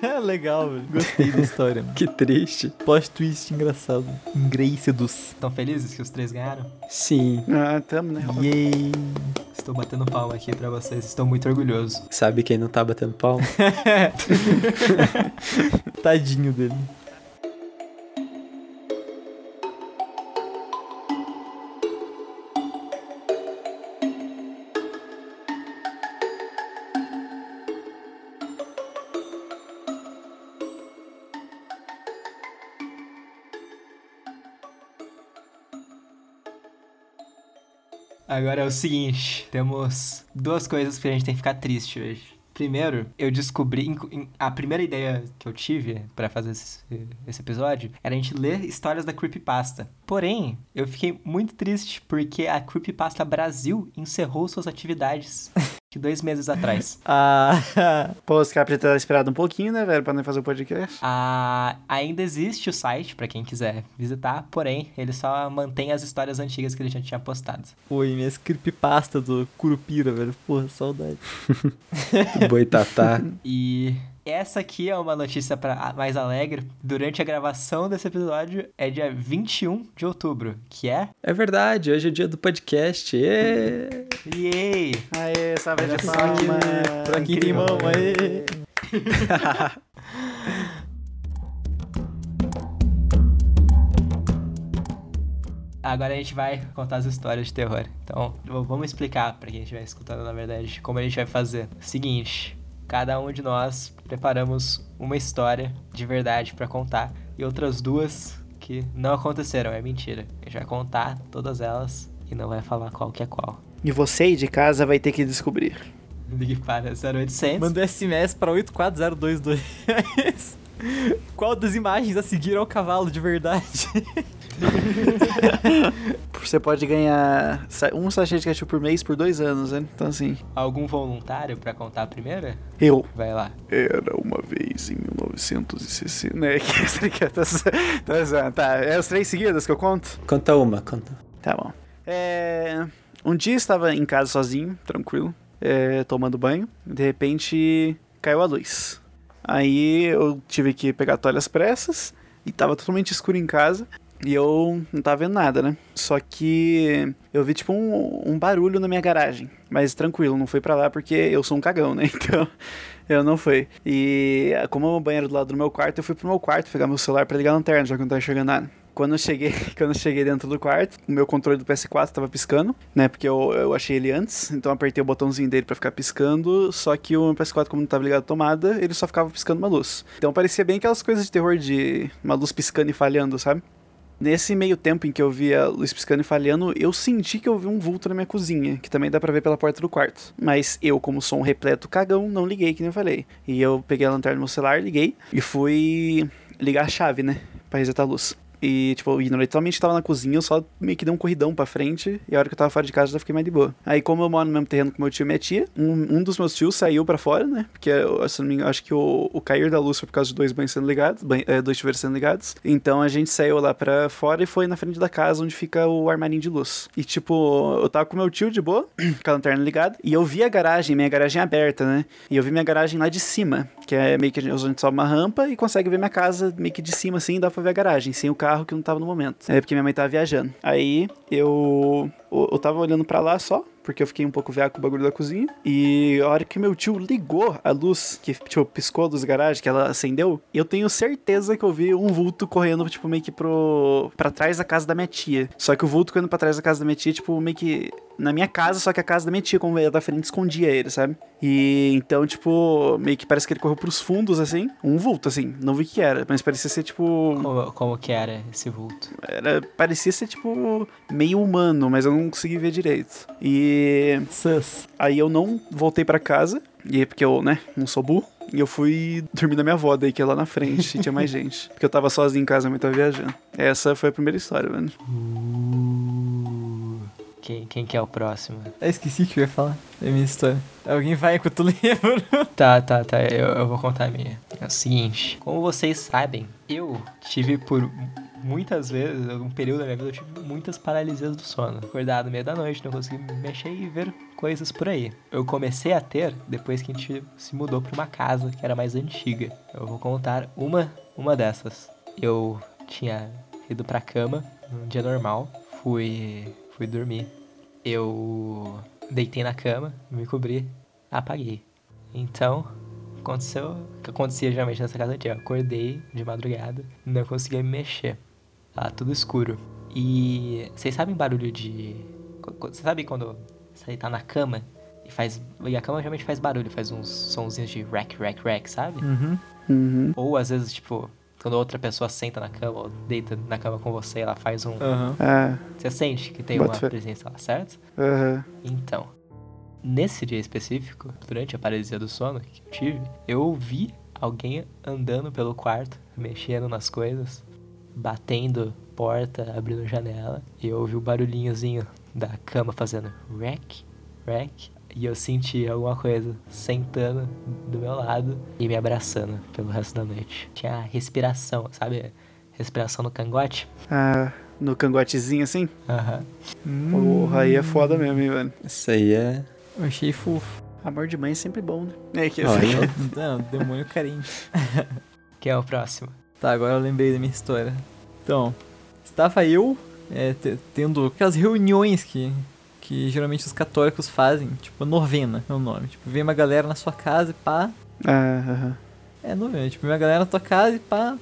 Speaker 3: É Legal, velho. Gostei da história, mano.
Speaker 5: Que triste.
Speaker 3: Plot twist engraçado. Ingracedus.
Speaker 1: Estão felizes que os três ganharam?
Speaker 5: Sim.
Speaker 2: Ah, tamo, né? rapaz?
Speaker 3: Yay.
Speaker 1: Estou batendo palma aqui pra vocês, estou muito orgulhoso.
Speaker 5: Sabe quem não tá batendo palma?
Speaker 3: Tadinho dele.
Speaker 1: Agora é o seguinte, temos duas coisas que a gente tem que ficar triste hoje. Primeiro, eu descobri. incu- in- A primeira ideia que eu tive pra fazer esse, esse episódio era a gente ler histórias da Creepypasta. Porém, eu fiquei muito triste porque a Creepypasta Brasil encerrou suas atividades que dois meses atrás.
Speaker 3: Ah,
Speaker 2: Pô, os caras podiam ter esperado um pouquinho, né, velho, pra não fazer o podcast.
Speaker 1: Ah, ainda existe o site pra quem quiser visitar, porém, ele só mantém as histórias antigas que ele já tinha postado.
Speaker 3: foi minha creepypasta do Curupira, velho. Porra, saudade.
Speaker 5: Boitatá.
Speaker 1: E essa aqui é uma notícia para mais alegre. Durante a gravação desse episódio é dia 21 de outubro, que é
Speaker 5: É verdade, hoje é o dia do podcast. Ê!
Speaker 1: Yay!
Speaker 2: Aê, salve
Speaker 1: Olha
Speaker 2: de
Speaker 1: só
Speaker 2: palma.
Speaker 1: que-
Speaker 3: Pra quem tem
Speaker 1: incrível,
Speaker 3: mão, aí.
Speaker 1: Agora a gente vai contar as histórias de terror. Então, v- vamos explicar para quem estiver escutando, na verdade, como a gente vai fazer. Seguinte, cada um de nós preparamos uma história de verdade para contar e outras duas que não aconteceram, é mentira. A gente vai contar todas elas e não vai falar qual que é qual.
Speaker 2: E você aí de casa vai ter que descobrir.
Speaker 1: Big para 0800.
Speaker 3: Mandou SMS pra 84022. Qual das imagens a seguir é o cavalo de verdade?
Speaker 2: Você pode ganhar sa- um sachê de ketchup por mês por dois anos, né? Então, assim,
Speaker 1: Algum voluntário pra contar a primeira?
Speaker 2: eu
Speaker 1: Vai lá.
Speaker 2: Era uma vez em 1960. Né? tá, zoando, tá, zoando. tá, é as três seguidas que eu conto?
Speaker 5: Conta uma, conta.
Speaker 2: Tá bom. É, um dia estava em casa sozinho, tranquilo, é, tomando banho. De repente caiu a luz. Aí eu tive que pegar a toalha às pressas e tava totalmente escuro em casa. E eu não tava vendo nada, né? Só que eu vi tipo um, um barulho na minha garagem. Mas tranquilo, não fui pra lá porque eu sou um cagão, né? Então eu não fui. E como o banheiro do lado do meu quarto, eu fui pro meu quarto pegar meu celular pra ligar a lanterna, já que eu não tava enxergando nada. Quando eu cheguei, quando eu cheguei dentro do quarto, o meu controle do PS4 tava piscando, né? Porque eu, eu achei ele antes, então eu apertei o botãozinho dele pra ficar piscando, só que o meu PS4, como não tava ligado à tomada, ele só ficava piscando uma luz. Então parecia bem aquelas coisas de terror de uma luz piscando e falhando, sabe? Nesse meio tempo em que eu vi a luz piscando e falhando, eu senti que eu vi um vulto na minha cozinha, que também dá pra ver pela porta do quarto. Mas eu, como sou um repleto cagão, não liguei, que nem eu falei. E eu peguei a lanterna do meu celular, liguei e fui ligar a chave, né? Pra resetar a luz. E E, tipo, eu ignorei totalmente, tava na cozinha, eu só meio que dei um corridão pra frente. E a hora que eu tava fora de casa, eu já fiquei mais de boa. Aí, como eu moro no mesmo terreno com meu tio e minha tia, um, um dos meus tios saiu pra fora, né? Porque, eu, se eu não me engano, acho que o, o cair da luz foi por causa de dois banhos sendo ligados, ban- eh, dois chuveiros sendo ligados. Então, a gente saiu lá pra fora e foi na frente da casa onde fica o armarinho de luz. E, tipo, eu tava com meu tio de boa, com a lanterna ligada, e eu vi a garagem, minha garagem aberta, né? E eu vi minha garagem lá de cima, que é meio que a gente, a gente sobe uma rampa e consegue ver minha casa meio que de cima assim, dá pra ver a garagem, sem o carro que não tava no momento. É porque minha mãe tava viajando. Aí eu. Eu eu tava olhando pra lá só, porque eu fiquei um pouco veado com o bagulho da cozinha. E a hora que meu tio ligou a luz, que tipo, piscou a luz da garagem, que ela acendeu, eu tenho certeza que eu vi um vulto correndo, tipo, meio que pro. pra trás da casa da minha tia. Só que o vulto correndo pra trás da casa da minha tia, tipo, meio que. Na minha casa, só que a casa da minha tia, como ela da frente, escondia ele, sabe? E então, tipo, meio que parece que ele correu pros fundos, assim. Um vulto, assim. Não vi o que era, mas parecia ser, tipo.
Speaker 1: Como, como que era esse vulto?
Speaker 2: Era, parecia ser, tipo, meio humano, mas eu não consegui ver direito. E
Speaker 3: Sus.
Speaker 2: Aí eu não voltei pra casa, e porque eu, né, não sou burro. E eu fui dormir na minha avó, daí que é lá na frente, e tinha mais gente. Porque eu tava sozinho em casa, mas tava viajando. Essa foi a primeira história, mano.
Speaker 1: Quem, quem que é o próximo?
Speaker 3: Eu esqueci o que eu ia falar. É minha história. Alguém vai enquanto eu lembro.
Speaker 1: Tá, tá, tá. Eu, eu vou contar a minha. É o seguinte. Como vocês sabem, eu tive por muitas vezes, um período da minha vida, eu tive muitas paralisias do sono. Acordar no meio da noite, não consegui me mexer e ver coisas por aí. Eu comecei a ter depois que a gente se mudou pra uma casa que era mais antiga. Eu vou contar uma, uma dessas. Eu tinha ido pra cama num dia normal, fui, fui dormir. Eu deitei na cama, me cobri, apaguei. Então, aconteceu o que acontecia geralmente nessa casa antiga. Eu acordei de madrugada, não conseguia me mexer. Tava tudo escuro. E vocês sabem barulho de. qu- qu- Você sabe quando você tá na cama e faz. E a cama geralmente faz barulho, faz uns sonzinhos de rec, rec, rec, sabe?
Speaker 3: Uhum.
Speaker 2: Uhum.
Speaker 1: Ou às vezes, tipo, quando outra pessoa senta na cama ou deita na cama com você, ela faz um.
Speaker 3: Aham.
Speaker 2: Ah,
Speaker 1: Você sente que tem
Speaker 2: Boto
Speaker 1: uma
Speaker 2: fé.
Speaker 1: presença lá, certo?
Speaker 2: aham.
Speaker 1: Então, nesse dia específico, durante a paralisia do sono que eu tive, eu ouvi alguém andando pelo quarto, mexendo nas coisas, batendo porta, abrindo janela, e eu ouvi o barulhinhozinho da cama fazendo rec, rec, e eu senti alguma coisa sentando do meu lado e me abraçando pelo resto da noite. Tinha a respiração, sabe? Respiração no cangote.
Speaker 2: Ah, no cangotezinho assim?
Speaker 1: Aham.
Speaker 2: Porra, aí é foda mesmo, hein, velho.
Speaker 5: Isso aí é.
Speaker 3: Hum. Eu achei fofo.
Speaker 2: Amor de mãe é sempre bom, né? É que
Speaker 5: Olha.
Speaker 3: Não, demônio carente.
Speaker 1: Quem é o próximo?
Speaker 3: Tá, agora eu lembrei da minha história. Então, estava eu é, te- tendo aquelas reuniões que, que geralmente os católicos fazem, tipo novena é o nome. Tipo, vem uma galera na sua casa e pá.
Speaker 2: Ah, aham.
Speaker 3: É novena, tipo, vem uma galera na tua casa e pá.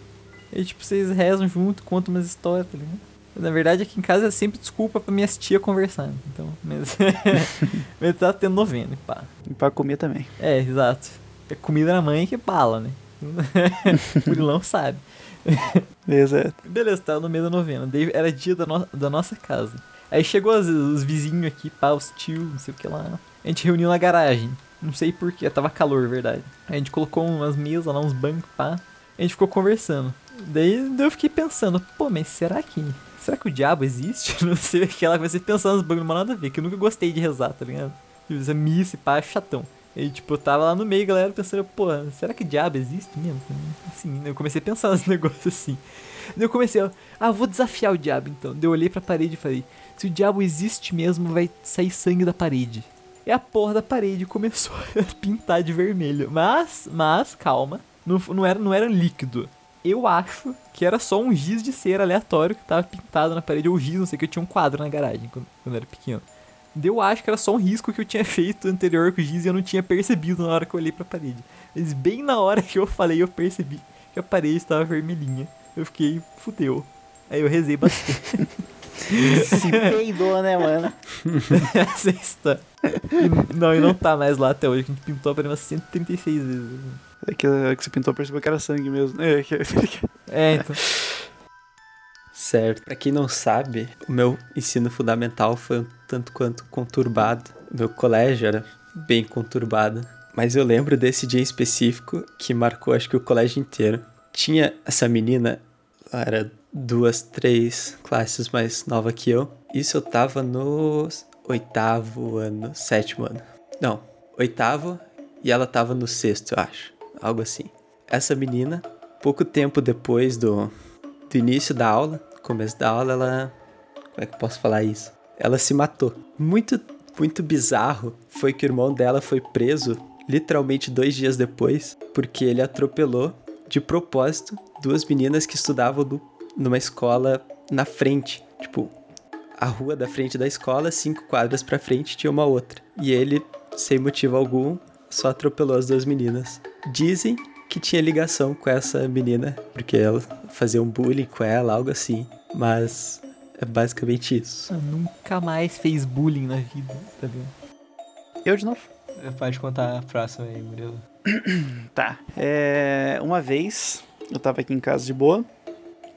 Speaker 3: E tipo, vocês rezam junto, contam umas histórias, tá ligado? Na verdade, aqui em casa é sempre desculpa pra minhas tias conversando. Então, mas. mas tá tendo novena e pá.
Speaker 2: E pra comer também.
Speaker 3: É, exato. É comida na mãe que bala, né? o Murilão sabe.
Speaker 2: Exato.
Speaker 3: Beleza, tava no meio da novena. Daí era dia da, no- da nossa casa. Aí chegou as- os vizinhos aqui, pá, os tios, não sei o que lá. A gente reuniu na garagem. Não sei porquê, tava calor, verdade. Aí a gente colocou umas mesas lá, uns bancos, pá. A gente ficou conversando. Daí daí eu fiquei pensando, pô, mas será que. Será que o diabo existe? Não sei, aquela coisa pensando nos bagulho, não nada a ver, que eu nunca gostei de rezar, tá ligado? Tipo, essa missa e pá, chatão. E tipo, eu tava lá no meio, galera, pensando, pô, será que diabo existe mesmo? Assim, eu comecei a pensar nos negócios assim. Daí eu comecei, ó, ah, vou desafiar o diabo então. Daí eu olhei pra parede e falei, se o diabo existe mesmo, vai sair sangue da parede. E a porra da parede começou a pintar de vermelho. Mas, mas, calma, não, f- não, era, não era líquido. Eu acho que era só um giz de cera aleatório que tava pintado na parede, ou giz, não sei o que, eu tinha um quadro na garagem quando, quando eu era pequeno. Daí eu acho que era só um risco que eu tinha feito anterior com o giz e eu não tinha percebido na hora que eu olhei pra parede. Mas bem na hora que eu falei, eu percebi que a parede estava vermelhinha. Eu fiquei, fudeu. Aí eu rezei bastante
Speaker 2: Se peidou, né, mano?
Speaker 3: essa é história. E, não, e não tá mais lá até hoje. A gente pintou a parede umas 136 vezes.
Speaker 2: É que, é que você pintou, percebeu que era sangue mesmo. É que...
Speaker 3: É, então.
Speaker 5: Certo. Pra quem não sabe, o meu ensino fundamental foi um tanto quanto conturbado. Meu colégio era bem conturbado. Mas eu lembro desse dia em específico que marcou, acho que o colégio inteiro. Tinha essa menina, ela era duas, três classes mais nova que eu. Isso eu tava no oitavo ano, sétimo ano. Não, oitavo e ela tava no sexto, eu acho. Algo assim. Essa menina, pouco tempo depois do, do início da aula, começo da aula, ela. Como é que eu posso falar isso? Ela se matou. Muito, muito bizarro foi que o irmão dela foi preso literalmente dois dias depois, porque ele atropelou de propósito duas meninas que estudavam do- numa escola na frente. Tipo, a rua da frente da escola, cinco quadras pra frente, tinha uma outra. E ele, sem motivo algum, só atropelou as duas meninas. Dizem que tinha ligação com essa menina, porque ela fazia um bullying com ela, algo assim. Mas é basicamente isso.
Speaker 3: Eu nunca mais fez bullying na vida, tá ligado?
Speaker 2: Eu de novo?
Speaker 1: Pode contar a próxima aí, Murilo.
Speaker 2: Tá. É, uma vez, eu tava aqui em casa de boa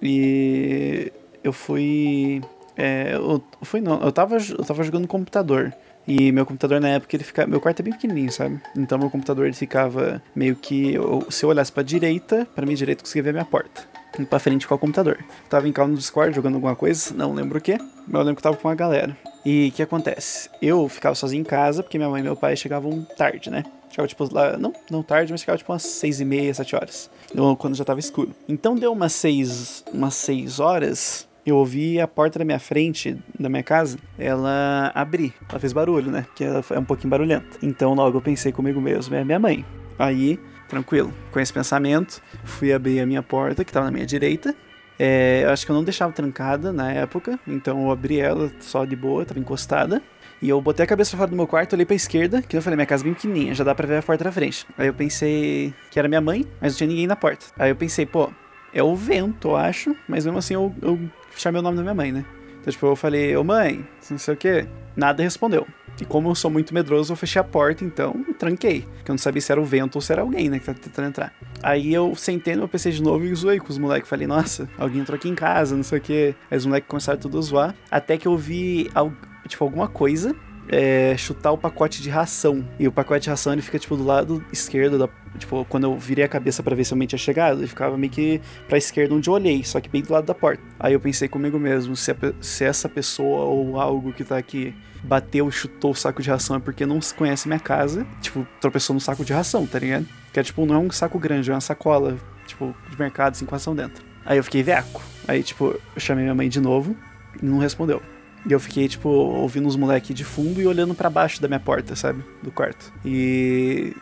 Speaker 2: e eu fui. é, eu eu fui não, eu tava, eu tava jogando computador. E meu computador na época ele ficava. Meu quarto é bem pequenininho, sabe? Então meu computador ele ficava meio que. eu- se eu olhasse pra direita, pra minha direita eu conseguia ver a minha porta. E pra frente ficava o computador. Eu tava em casa no Discord jogando alguma coisa, não lembro o que, mas eu lembro que eu tava com uma galera. E o que acontece? Eu ficava sozinho em casa, porque minha mãe e meu pai chegavam tarde, né? Chegava tipo lá, não, não tarde, mas chegava tipo umas seis e meia, sete horas. Ou Quando já tava escuro. Então deu umas seis, umas seis horas, eu ouvi a porta da minha frente, da minha casa, ela abrir. Ela fez barulho, né? Porque ela é um pouquinho barulhenta. Então logo eu pensei comigo mesmo, é minha mãe. Aí, tranquilo, com esse pensamento, fui abrir a minha porta, que tava na minha direita. É, eu acho que eu não deixava trancada na época, então eu abri ela só de boa, tava encostada. E eu botei a cabeça pra fora do meu quarto, olhei pra esquerda, que eu falei, minha casa é bem pequenininha, já dá pra ver a porta da frente. Aí eu pensei que era minha mãe, mas não tinha ninguém na porta. Aí eu pensei, pô, é o vento, eu acho, mas mesmo assim eu, eu chamei o nome da minha mãe, né? Então, tipo, eu falei, ô mãe, não sei o quê. Nada respondeu. E como eu sou muito medroso, eu fechei a porta, então, e tranquei. Porque eu não sabia se era o vento ou se era alguém, né, que tava tentando entrar. Aí eu sentei no meu PC de novo e zoei com os moleques. Falei, nossa, alguém entrou aqui em casa, não sei o quê. Aí os moleques começaram tudo a zoar. Até que eu vi, al- tipo, alguma coisa é, chutar o pacote de ração. E o pacote de ração, ele fica, tipo, do lado esquerdo da... Tipo, quando eu virei a cabeça pra ver se alguém tinha chegado, ele ficava meio que pra esquerda onde eu olhei, só que bem do lado da porta. Aí eu pensei comigo mesmo, se, a pe- se essa pessoa ou algo que tá aqui bateu, chutou o saco de ração é porque não se conhece minha casa. Tipo, tropeçou no saco de ração, tá ligado? Que é tipo, não é um saco grande, é uma sacola, tipo, de mercado, assim, com ração dentro. Aí eu fiquei veaco. Aí, tipo, eu chamei minha mãe de novo e não respondeu. E eu fiquei, tipo, ouvindo os moleques de fundo e olhando pra baixo da minha porta, sabe? Do quarto. E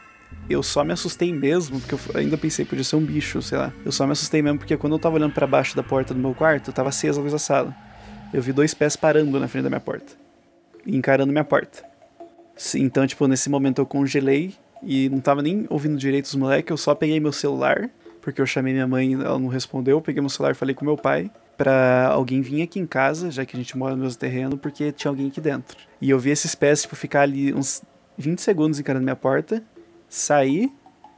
Speaker 2: eu só me assustei mesmo, porque eu f- ainda pensei que podia ser um bicho, sei lá. Eu só me assustei mesmo porque quando eu tava olhando pra baixo da porta do meu quarto, tava acesa a luz da sala. Eu vi dois pés parando na frente da minha porta encarando minha porta. Se- Então, tipo, nesse momento eu congelei e não tava nem ouvindo direito os moleques, eu só peguei meu celular, porque eu chamei minha mãe e ela não respondeu. Eu peguei meu celular e falei com meu pai pra alguém vir aqui em casa, já que a gente mora no mesmo terreno, porque tinha alguém aqui dentro. E eu vi esses pés, tipo, ficar ali uns 20 segundos encarando minha porta, sair,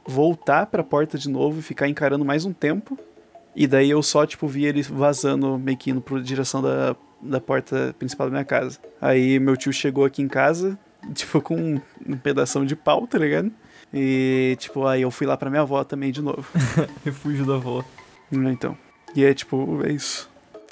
Speaker 2: voltar pra porta de novo e ficar encarando mais um tempo. E daí eu só, tipo, vi ele vazando, meio que indo pra direção da, da porta principal da minha casa. Aí meu tio chegou aqui em casa, tipo, com um, um pedação de pau, tá ligado? E, tipo, aí eu fui lá pra minha avó também de novo.
Speaker 3: Refúgio da avó.
Speaker 2: né, então. E é, tipo, é isso.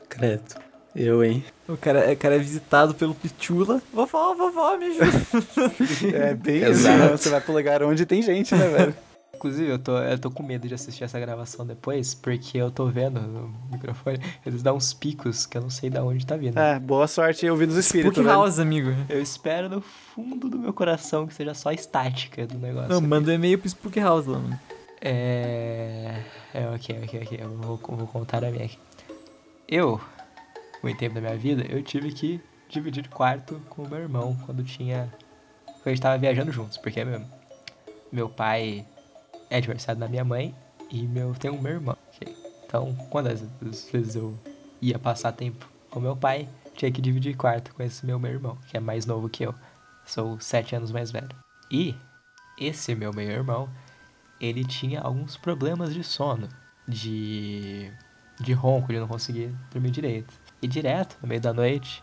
Speaker 5: Credo. Eu, hein?
Speaker 3: O cara, o cara é visitado pelo Pichula. Vovó, vovó, me ajuda.
Speaker 2: É bem isso,
Speaker 5: Exato.
Speaker 2: né? Você vai pro lugar onde tem gente, né, velho?
Speaker 1: Inclusive, eu tô, eu tô com medo de assistir essa gravação depois, porque eu tô vendo no microfone, eles dão uns picos que eu não sei de onde tá vindo.
Speaker 2: Ah, boa sorte aí ouvindo os espíritos,
Speaker 3: Spook
Speaker 2: velho.
Speaker 3: House, amigo.
Speaker 1: Eu espero no fundo do meu coração que seja só a estática do negócio.
Speaker 3: Não, manda um e-mail pro Spook House lá, mano.
Speaker 1: É. É, ok, ok, ok. Eu vou, eu vou contar a minha aqui. Eu, muito tempo da minha vida, eu tive que dividir quarto com o meu irmão quando tinha. Quando a gente tava viajando juntos, porque meu, meu pai é adversário da minha mãe e meu tem um meu irmão. ok? Então, quando às às vezes eu ia passar tempo com meu pai, tinha que dividir quarto com esse meu meu irmão, que é mais novo que eu. Sou sete anos mais velho. E esse meu meio irmão, ele tinha alguns problemas de sono, de de ronco, ele não conseguia dormir direito. E direto, no meio da noite,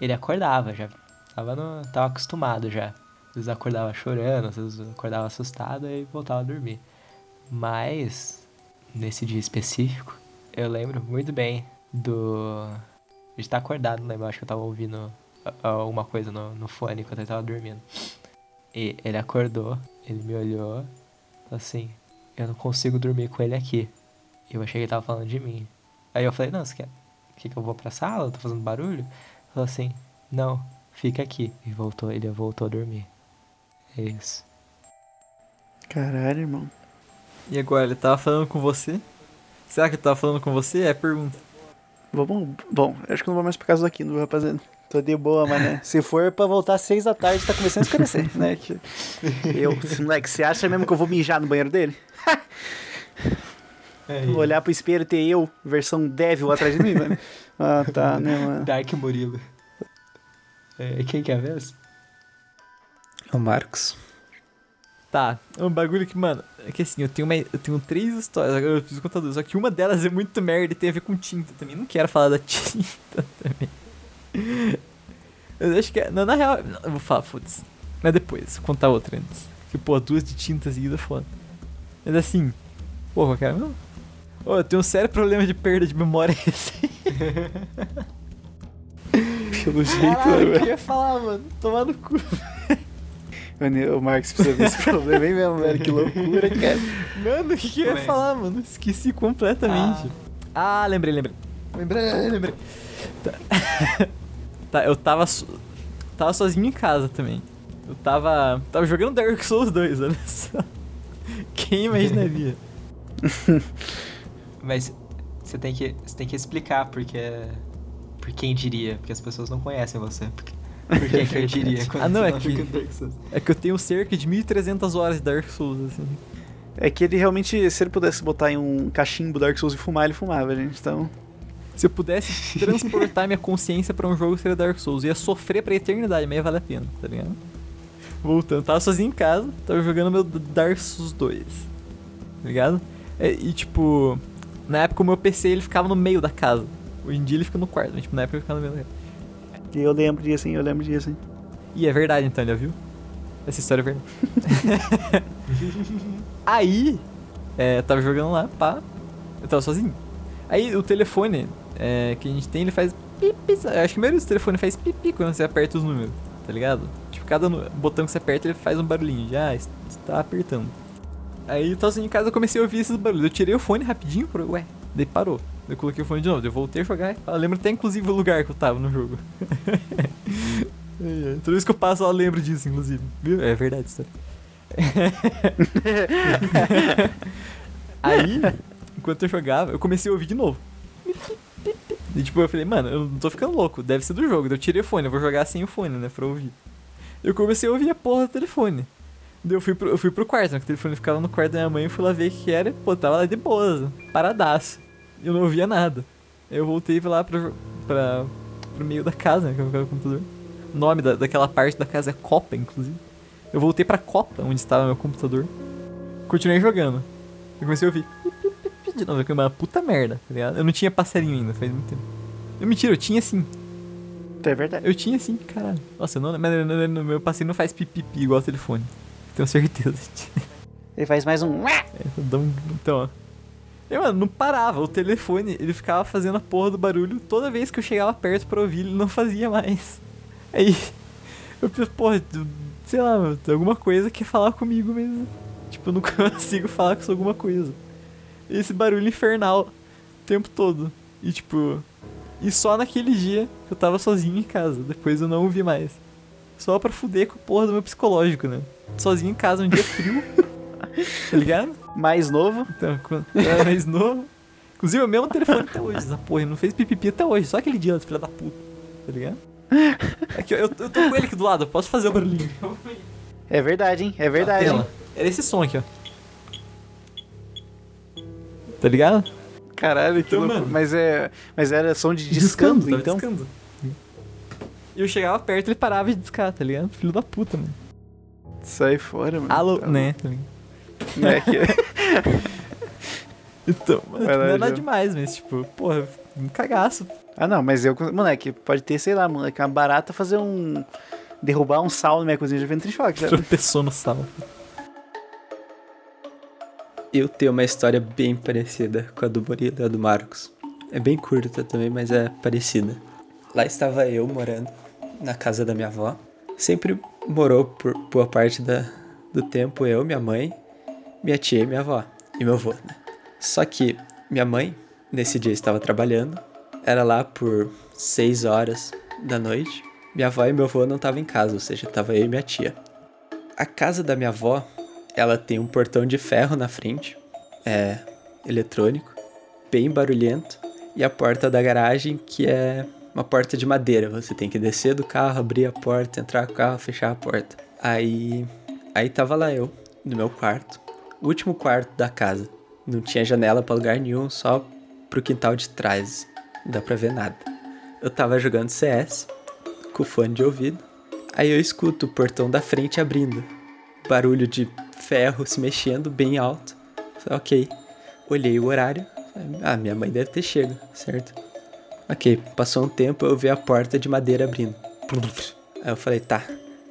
Speaker 1: ele acordava já, tava no, tava acostumado já. Às vezes acordava chorando, às vezes acordava assustado e voltava a dormir. Mas nesse dia específico, eu lembro muito bem do. A gente tá acordado, né? Eu acho que eu tava ouvindo a- alguma coisa no, no fone enquanto eu tava dormindo. E ele acordou, ele me olhou, falou assim: Eu não consigo dormir com ele aqui. Eu achei que ele tava falando de mim. Aí eu falei: Não, você quer quer que eu vou pra sala? Eu tô fazendo barulho? Ele falou assim: Não, fica aqui. E voltou, ele voltou a dormir. É isso.
Speaker 2: Caralho, irmão.
Speaker 3: E agora, ele tava falando com você? Será que ele tava falando com você? É a pergunta.
Speaker 2: Vamos. Bom, acho que eu não vou mais pra casa daqui, não, rapaziada. Tô de boa, mané. Se for pra voltar às seis da tarde, tá começando a escurecer, né? Que- Eu, esse moleque, você acha mesmo que eu vou mijar no banheiro dele? Vou olhar pro espelho e ter eu, versão devil atrás de mim, mano. Ah, tá, né, mano?
Speaker 1: Dark Murilo. É, quem quer ver?
Speaker 5: É O Marcos.
Speaker 3: Tá, é um bagulho que, mano, é que assim, eu tenho, uma, eu tenho três histórias, agora eu preciso contar duas, só que uma delas é muito merda e tem a ver com tinta também. Não quero falar da tinta também. Eu acho que. é- Não, na real. não, eu vou falar, foda-se. Mas depois, vou contar outra antes. Que, pô, duas de tinta seguida é foda. Mas assim. Pô, qual que era mesmo? Ô, eu tenho um sério problema de perda de memória recente.
Speaker 2: Pelo jeito, né,
Speaker 3: Caralho, eu
Speaker 2: velho?
Speaker 3: queria falar, mano. Tomar no cu.
Speaker 2: Mano, O Marcos precisa desse problema, hein, mesmo, velho? Que loucura, cara.
Speaker 3: Mano, o que, que eu ia
Speaker 1: Ué.
Speaker 3: falar, mano? Esqueci completamente. Ah, lembrei, lembrei. Lembrei, lembrei. Tá. Tá, eu tava. so- Tava sozinho em casa também. Eu tava. Tava jogando Dark Souls 2, olha só. né, Quem imaginaria?
Speaker 1: Mas você tem que, você tem que explicar porque. Por quem diria? Porque as pessoas não conhecem você. Por, por que que eu diria? quando
Speaker 3: Ah, não,
Speaker 1: você
Speaker 3: é que-
Speaker 1: fica em Texas?
Speaker 3: é que eu tenho cerca de 1300 horas de Dark Souls, assim.
Speaker 2: É que ele realmente, se ele pudesse botar em um cachimbo Dark Souls e fumar, ele fumava, gente. Então.
Speaker 3: Se eu pudesse transportar minha consciência pra um jogo, seria Dark Souls. Eu ia sofrer pra eternidade, mas ia valer a pena, tá ligado? Voltando, tava sozinho em casa, tava jogando meu Dark Souls 2. Tá ligado? É, E, tipo, na época o meu PC ele ficava no meio da casa. Hoje em dia ele fica no quarto, mas tipo, na época ele ficava no meio da casa.
Speaker 2: E eu lembro disso, hein? Eu lembro disso, hein?
Speaker 3: E é verdade então, já viu? Essa história é verdade. Aí, é, eu tava jogando lá, pá. Eu tava sozinho. Aí o telefone é, que a gente tem, ele faz pipi. sabe? Eu acho que o maioria dos telefones faz pipi quando você aperta os números, tá ligado? Tipo, cada nu- botão que você aperta, ele faz um barulhinho. Já, está apertando. Aí eu tava sozinho em casa, eu comecei a ouvir esses barulhos. Eu tirei o fone rapidinho, pro... ué, daí parou. Eu coloquei o fone de novo, daí eu voltei a jogar. Eu lembro até inclusive o lugar que eu tava no jogo. É, é. Toda vez que eu passo, eu lembro disso, inclusive. Viu? É verdade isso. Aí, enquanto eu jogava, eu comecei a ouvir de novo. E tipo, eu falei, mano, eu não tô ficando louco, deve ser do jogo. Daí eu tirei o fone, eu vou jogar sem o fone, né, pra ouvir. Eu comecei a ouvir a porra do telefone. Daí eu fui pro, eu fui pro quarto, né, que o telefone ficava no quarto da minha mãe, eu fui lá ver o que que era, e, pô, tava lá de boas, paradaço. Eu não ouvia nada. Aí eu voltei lá pra, jo- pra, pro meio da casa, né, que eu ficava no computador. O nome da, daquela parte da casa é Copa, inclusive. Eu voltei pra Copa, onde estava meu computador. Continuei jogando. Eu comecei a ouvir. De novo, que é uma puta merda, tá ligado? Eu não tinha passarinho ainda, faz muito tempo. Eu mentira, eu tinha sim.
Speaker 2: Então é verdade.
Speaker 3: Eu tinha sim, caralho. Nossa, eu não, mas eu- eu- eu- meu passarinho não faz pipipi igual o telefone. Tenho certeza.
Speaker 2: Ele faz mais um.
Speaker 3: Dá um- Então, ó. Eu, mano, não parava. O telefone, ele ficava fazendo a porra do barulho toda vez que eu chegava perto pra ouvir, ele não fazia mais. Aí, eu pensei, porra, tu- sei lá, mano, tem alguma coisa que quer falar comigo mesmo. Tipo, eu não consigo falar com alguma coisa. Esse barulho infernal o tempo todo. E, tipo, e só naquele dia que eu tava sozinho em casa. Depois eu não ouvi mais. Só pra fuder com a porra do meu psicológico, né? Sozinho em casa, um dia frio. tá ligado?
Speaker 2: Mais novo.
Speaker 3: Então, quando eu era mais novo. Inclusive, o mesmo telefone até hoje, essa porra. Ele não fez pipipi até hoje, só aquele dia, filha da puta. Tá ligado? Aqui, ó, eu, eu tô com ele aqui do lado, eu posso fazer o barulhinho.
Speaker 2: É verdade, hein? É verdade.
Speaker 3: Tela.
Speaker 2: hein?
Speaker 3: Era esse som aqui, ó. Tá ligado?
Speaker 2: Caralho, que
Speaker 3: Então,
Speaker 2: louco.
Speaker 3: mano. tá
Speaker 2: Mas, é... mas era som de descando,
Speaker 3: tava
Speaker 2: então.
Speaker 3: Discando. E eu chegava perto, ele parava de discar, tá ligado? Filho da puta, mano.
Speaker 2: Sai fora, mano.
Speaker 3: Alô,
Speaker 2: Tá
Speaker 3: né? tá ligado?
Speaker 2: louco. Né, que-
Speaker 3: Então, mano,
Speaker 2: Vai lá,
Speaker 3: não é nada
Speaker 2: Gil.
Speaker 3: demais, mas tipo, porra, um cagaço.
Speaker 2: Ah, não, mas eu. Moleque, pode ter, sei lá, moleque, uma barata fazer um. Derrubar um sal na minha cozinha já vem trichoque, sabe?
Speaker 3: Tropeçou no sal.
Speaker 5: Eu tenho uma história bem parecida com a do Murilo e a do Marcos. É bem curta também, mas é parecida. Lá estava eu morando na casa da minha avó. Sempre morou por boa parte da, do tempo eu, minha mãe, minha tia e minha avó. E meu avô, né? Só que minha mãe, nesse dia, estava trabalhando. Era lá por 6 horas da noite. Minha avó e meu avô não estavam em casa, ou seja, estava eu e minha tia. A casa da minha avó, ela tem um portão de ferro na frente. É eletrônico bem barulhento e a porta da garagem que é uma porta de madeira. Você tem que descer do carro, abrir a porta, entrar com o carro, fechar a porta. Aí, aí tava lá eu no meu quarto, último quarto da casa. Não tinha janela pra lugar nenhum, só pro quintal de trás. Não dá pra ver nada. Eu tava jogando CS com fone de ouvido. Aí eu escuto o portão da frente abrindo. Barulho de ferro se mexendo bem alto. Falei, ok. Olhei o horário, ah, minha mãe deve ter chego, certo? Ok, passou um tempo, eu vi a porta de madeira abrindo. Aí eu falei, tá,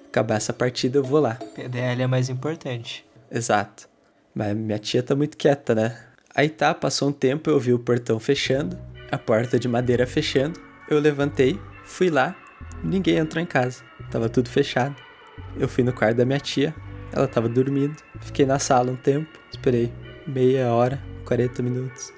Speaker 5: acabar essa partida, eu vou lá.
Speaker 1: PDL é mais importante.
Speaker 5: Exato. Mas minha tia tá muito quieta, né? Aí tá, passou um tempo, eu vi o portão fechando, a porta de madeira fechando. Eu levantei, fui lá, ninguém entrou em casa. Tava tudo fechado. Eu fui no quarto da minha tia, ela tava dormindo. Fiquei na sala um tempo, esperei meia hora, 40 minutos,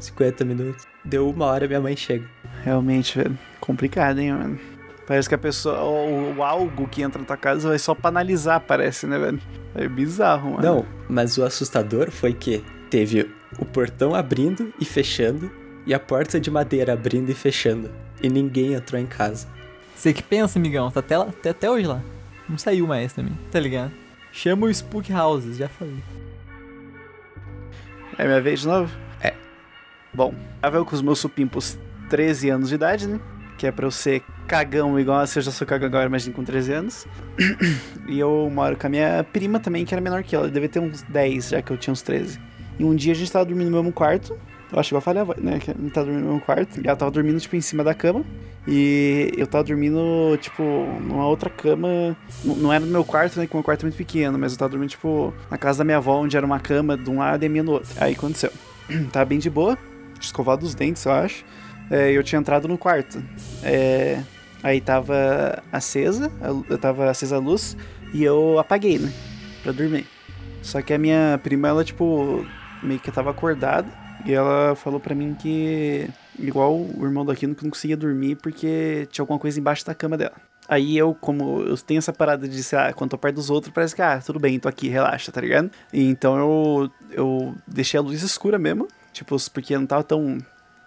Speaker 5: 50 minutos. Deu uma hora, minha mãe chega.
Speaker 2: Realmente, velho. Complicado, hein, mano. Parece que a pessoa. O, o algo que entra na tua casa vai só pra analisar, parece, né, velho? É bizarro, mano.
Speaker 5: Não, mas o assustador foi que teve o portão abrindo e fechando e a porta de madeira abrindo e fechando. E ninguém entrou em casa.
Speaker 3: Você que pensa, amigão, tá até, lá, tá até hoje lá. Não saiu mais também, tá ligado? Chama o Spook Houses, já falei.
Speaker 2: É minha vez de novo?
Speaker 5: É.
Speaker 2: Bom, tava eu com os meus supimpos 13 anos de idade, né? Que é pra eu ser cagão igual a se eu já sou cagão agora, imagina com 13 anos. e eu moro com a minha prima também, que era menor que ela. Devia ter uns 10, já que eu tinha uns 13. E um dia a gente tava dormindo no mesmo quarto. Eu acho que eu falei a voz, né? Que a gente tava dormindo no mesmo quarto. E ela tava dormindo, tipo, em cima da cama. E eu tava dormindo, tipo, numa outra cama. N- Não era no meu quarto, né? Que o meu quarto é muito pequeno, mas eu tava dormindo, tipo, na casa da minha avó, onde era uma cama de um lado e a minha no outro. Aí aconteceu. tava bem de boa, escovado os dentes, eu acho. É, eu tinha entrado no quarto. É, aí tava acesa, a lu- eu tava acesa a luz, e eu apaguei, né? Pra dormir. Só que a minha prima, ela, tipo, meio que tava acordada. E ela falou pra mim que, igual o irmão do Aquino, que não conseguia dormir porque tinha alguma coisa embaixo da cama dela. Aí eu, como eu tenho essa parada de, sei lá, quando tô perto dos outros, parece que, ah, tudo bem, tô aqui, relaxa, tá ligado? E então eu, eu deixei a luz escura mesmo, tipo, porque não tava tão,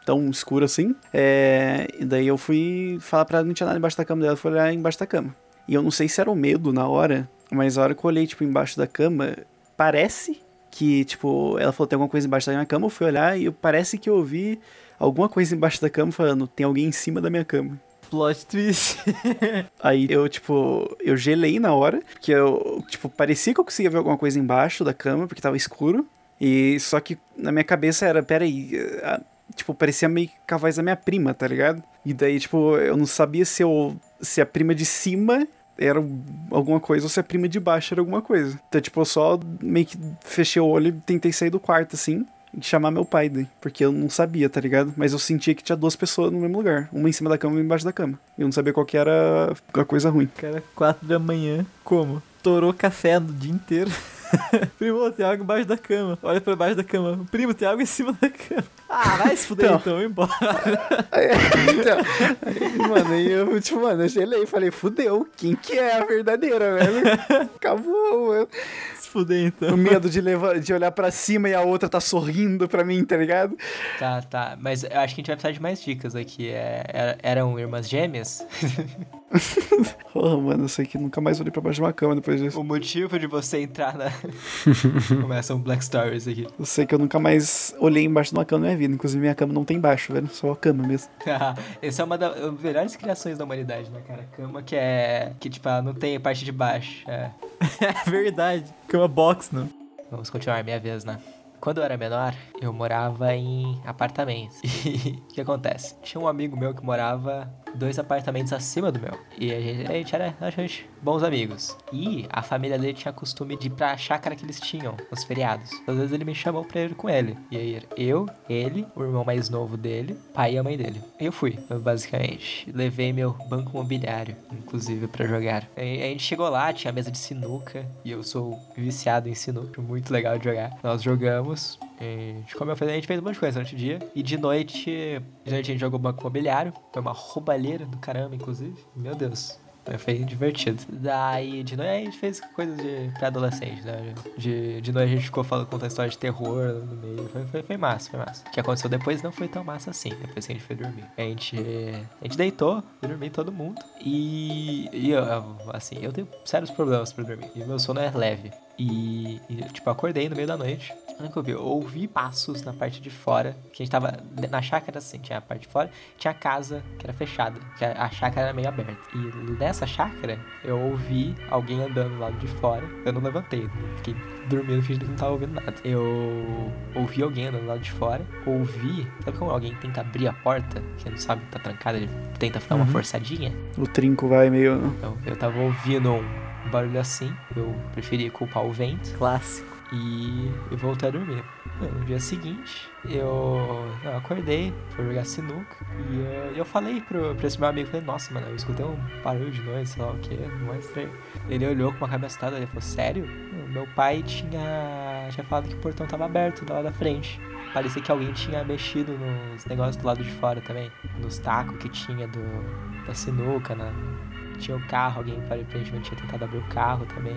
Speaker 2: tão escuro assim. É, e daí eu fui falar pra ela que não tinha nada embaixo da cama dela, eu fui olhar embaixo da cama. E eu não sei se era o medo na hora, mas a hora que eu olhei, tipo, embaixo da cama, parece que, tipo, ela falou tem alguma coisa embaixo da minha cama, eu fui olhar e eu- parece que eu ouvi alguma coisa embaixo da cama falando, tem alguém em cima da minha cama.
Speaker 3: Plot twist.
Speaker 2: Aí eu, tipo, eu gelei na hora, porque eu, tipo, parecia que eu conseguia ver alguma coisa embaixo da cama, porque tava escuro. E só que na minha cabeça era, peraí, a- tipo, parecia meio que a voz da minha prima, tá ligado? E daí, tipo, eu não sabia se eu, se a prima de cima era alguma coisa ou se a prima de baixo era alguma coisa. Então, tipo, eu só meio que fechei o olho e tentei sair do quarto, assim, e chamar meu pai daí, porque eu não sabia, tá ligado? Mas eu sentia que tinha duas pessoas no mesmo lugar, uma em cima da cama e uma embaixo da cama. E eu não sabia qual que era a coisa ruim.
Speaker 3: Cara, 4 da manhã, como? Torou café no dia inteiro. Primo, tem algo embaixo da cama. Olha pra baixo da cama. Primo, tem algo em cima da cama. Ah, vai se fuder
Speaker 2: Então.
Speaker 3: então, vou embora.
Speaker 2: então, aí, mano, aí eu, tipo, mano, eu gelei, falei, fudeu, quem que é a verdadeira, velho? Acabou, mano.
Speaker 3: Se fuder então.
Speaker 2: O medo de, leva- de olhar pra cima e a outra tá sorrindo pra mim, tá ligado?
Speaker 1: Tá, tá. Mas eu acho que a gente vai precisar de mais dicas aqui. É, era- eram irmãs gêmeas?
Speaker 2: Porra, mano, eu sei que nunca mais olhei pra baixo de uma cama depois disso.
Speaker 1: o motivo de você entrar na. Começam Black Stories aqui.
Speaker 2: Eu sei que eu nunca mais olhei embaixo de uma cama na minha vida. Inclusive, minha cama não tem baixo, velho. Só a cama mesmo.
Speaker 1: Essa é uma das melhores criações da humanidade, né, cara? Cama que é. que, tipo, ela não tem a parte de baixo. É.
Speaker 3: É verdade. Cama box, não.
Speaker 1: Vamos continuar minha vez, né? Quando eu era menor, eu morava em apartamentos. E o que acontece? Tinha um amigo meu que morava dois apartamentos acima do meu. E a gente, a gente era a gente, bons amigos. E a família dele tinha costume de ir pra chácara que eles tinham, nos feriados. Às vezes ele me chamou pra ir com ele. E aí era eu, ele, o irmão mais novo dele, pai e a mãe dele. Eu fui, basicamente. Levei meu banco imobiliário, inclusive, pra jogar. E a gente chegou lá, tinha mesa de sinuca. E eu sou viciado em sinuca, muito legal de jogar. Nós jogamos. e A gente, como eu falei, a gente fez um monte de coisa durante o dia. E de noite, de noite a gente jogou banco imobiliário. Foi uma roubalheira do caramba, inclusive. Meu Deus. Mas Foi divertido. Daí, de noite a gente fez coisas de pré-adolescente, né? De, de noite a gente ficou falando, contando história de terror no meio. Foi, foi, foi massa, foi massa. O que aconteceu depois não foi tão massa assim, depois que a gente foi dormir. A gente, a gente deitou, dormiu todo mundo. E, e eu, assim, eu tenho sérios problemas pra dormir. E meu sono é leve. E, e, tipo, eu acordei no meio da noite. Olha o que eu vi. Eu ouvi passos na parte de fora. Que a gente tava na chácara, assim, tinha a parte de fora. Tinha a casa que era fechada. Que a a chácara era meio aberta. E nessa chácara, eu ouvi alguém andando do lado de fora. Eu não levantei. né? Fiquei dormindo, fingindo que não tava ouvindo nada. Eu ouvi alguém andando do lado de fora. Ouvi. Sabe como alguém tenta abrir a porta? Que não sabe que tá trancada, ele tenta dar uma
Speaker 2: Uhum.
Speaker 1: forçadinha?
Speaker 2: O trinco vai meio.
Speaker 1: Então, eu tava ouvindo um barulho assim. Eu preferi culpar o vento
Speaker 3: Clássico.
Speaker 1: e eu voltei a dormir. Bem, No dia seguinte, eu, eu acordei, fui jogar sinuca e eh, eu falei pro, pra esse meu amigo, falei, nossa, mano, eu escutei um barulho de noite, sei lá o que, não é estranho. Ele olhou com uma cabeçada, ele falou, sério? Não, Meu pai tinha, tinha falado que o portão tava aberto do lado da frente. Parecia que alguém tinha mexido nos negócios do lado de fora também, nos tacos que tinha do, da sinuca, né? Tinha o carro, alguém aparentemente tinha tentado abrir o carro também.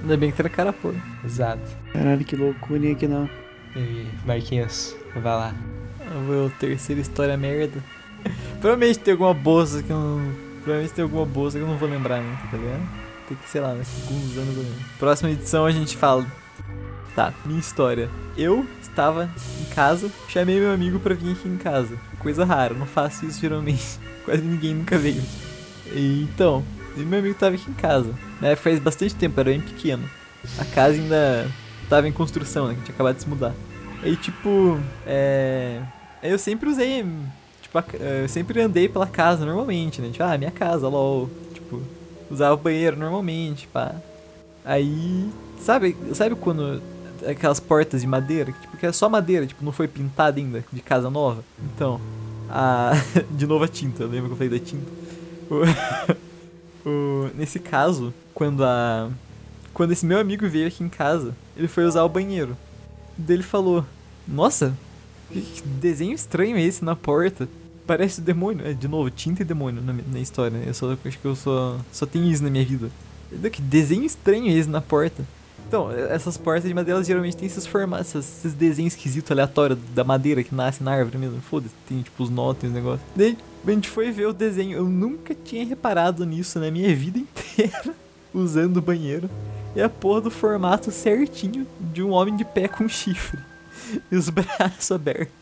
Speaker 3: Ainda bem que era cara pô.
Speaker 1: Exato.
Speaker 2: Caralho, que loucura que não.
Speaker 1: E Marquinhos, vai lá.
Speaker 3: É Meu, terceira história merda. Provavelmente tem alguma bolsa que eu não. Provavelmente tem alguma bolsa que eu não vou lembrar nunca, tá ligado? Tem que, sei lá, daqui a alguns anos eu lembro. Próxima edição a gente fala. Tá, minha história. Eu estava em casa, chamei meu amigo pra vir aqui em casa. Coisa rara, não faço isso geralmente. Quase ninguém nunca veio. E, então, e meu amigo tava aqui em casa. Né, faz bastante tempo, era bem pequeno. A casa ainda tava em construção, né? que Tinha acabado de se mudar. E tipo, é. Eu sempre usei. Tipo, a ca- eu sempre andei pela casa normalmente, né? Tipo, ah, minha casa, lol. Tipo, usava o banheiro normalmente, pá. Aí. Sabe, sabe quando. Aquelas portas de madeira, que, tipo, que é só madeira, tipo, não foi pintada ainda, de casa nova. Então. A... de novo a tinta, lembra que eu falei da tinta? O- o- Nesse caso, quando a. Quando esse meu amigo veio aqui em casa, ele foi usar o banheiro. Daí ele falou: Nossa, que que desenho estranho é esse na porta? Parece o demônio. É, de novo, tinta e demônio na, mi- na história. né? Eu só, acho que eu só, só tenho isso na minha vida. Ele, Que desenho estranho é esse na porta? Então, e- essas portas de madeira elas geralmente têm esses formatos, essas- esses desenhos esquisitos aleatórios da madeira que nasce na árvore mesmo. Foda-se, tem tipo os nós, tem os negócios. Daí a gente foi ver o desenho. Eu nunca tinha reparado nisso na minha vida inteira usando o banheiro. É a porra do formato certinho de um homem de pé com chifre. E os braços abertos.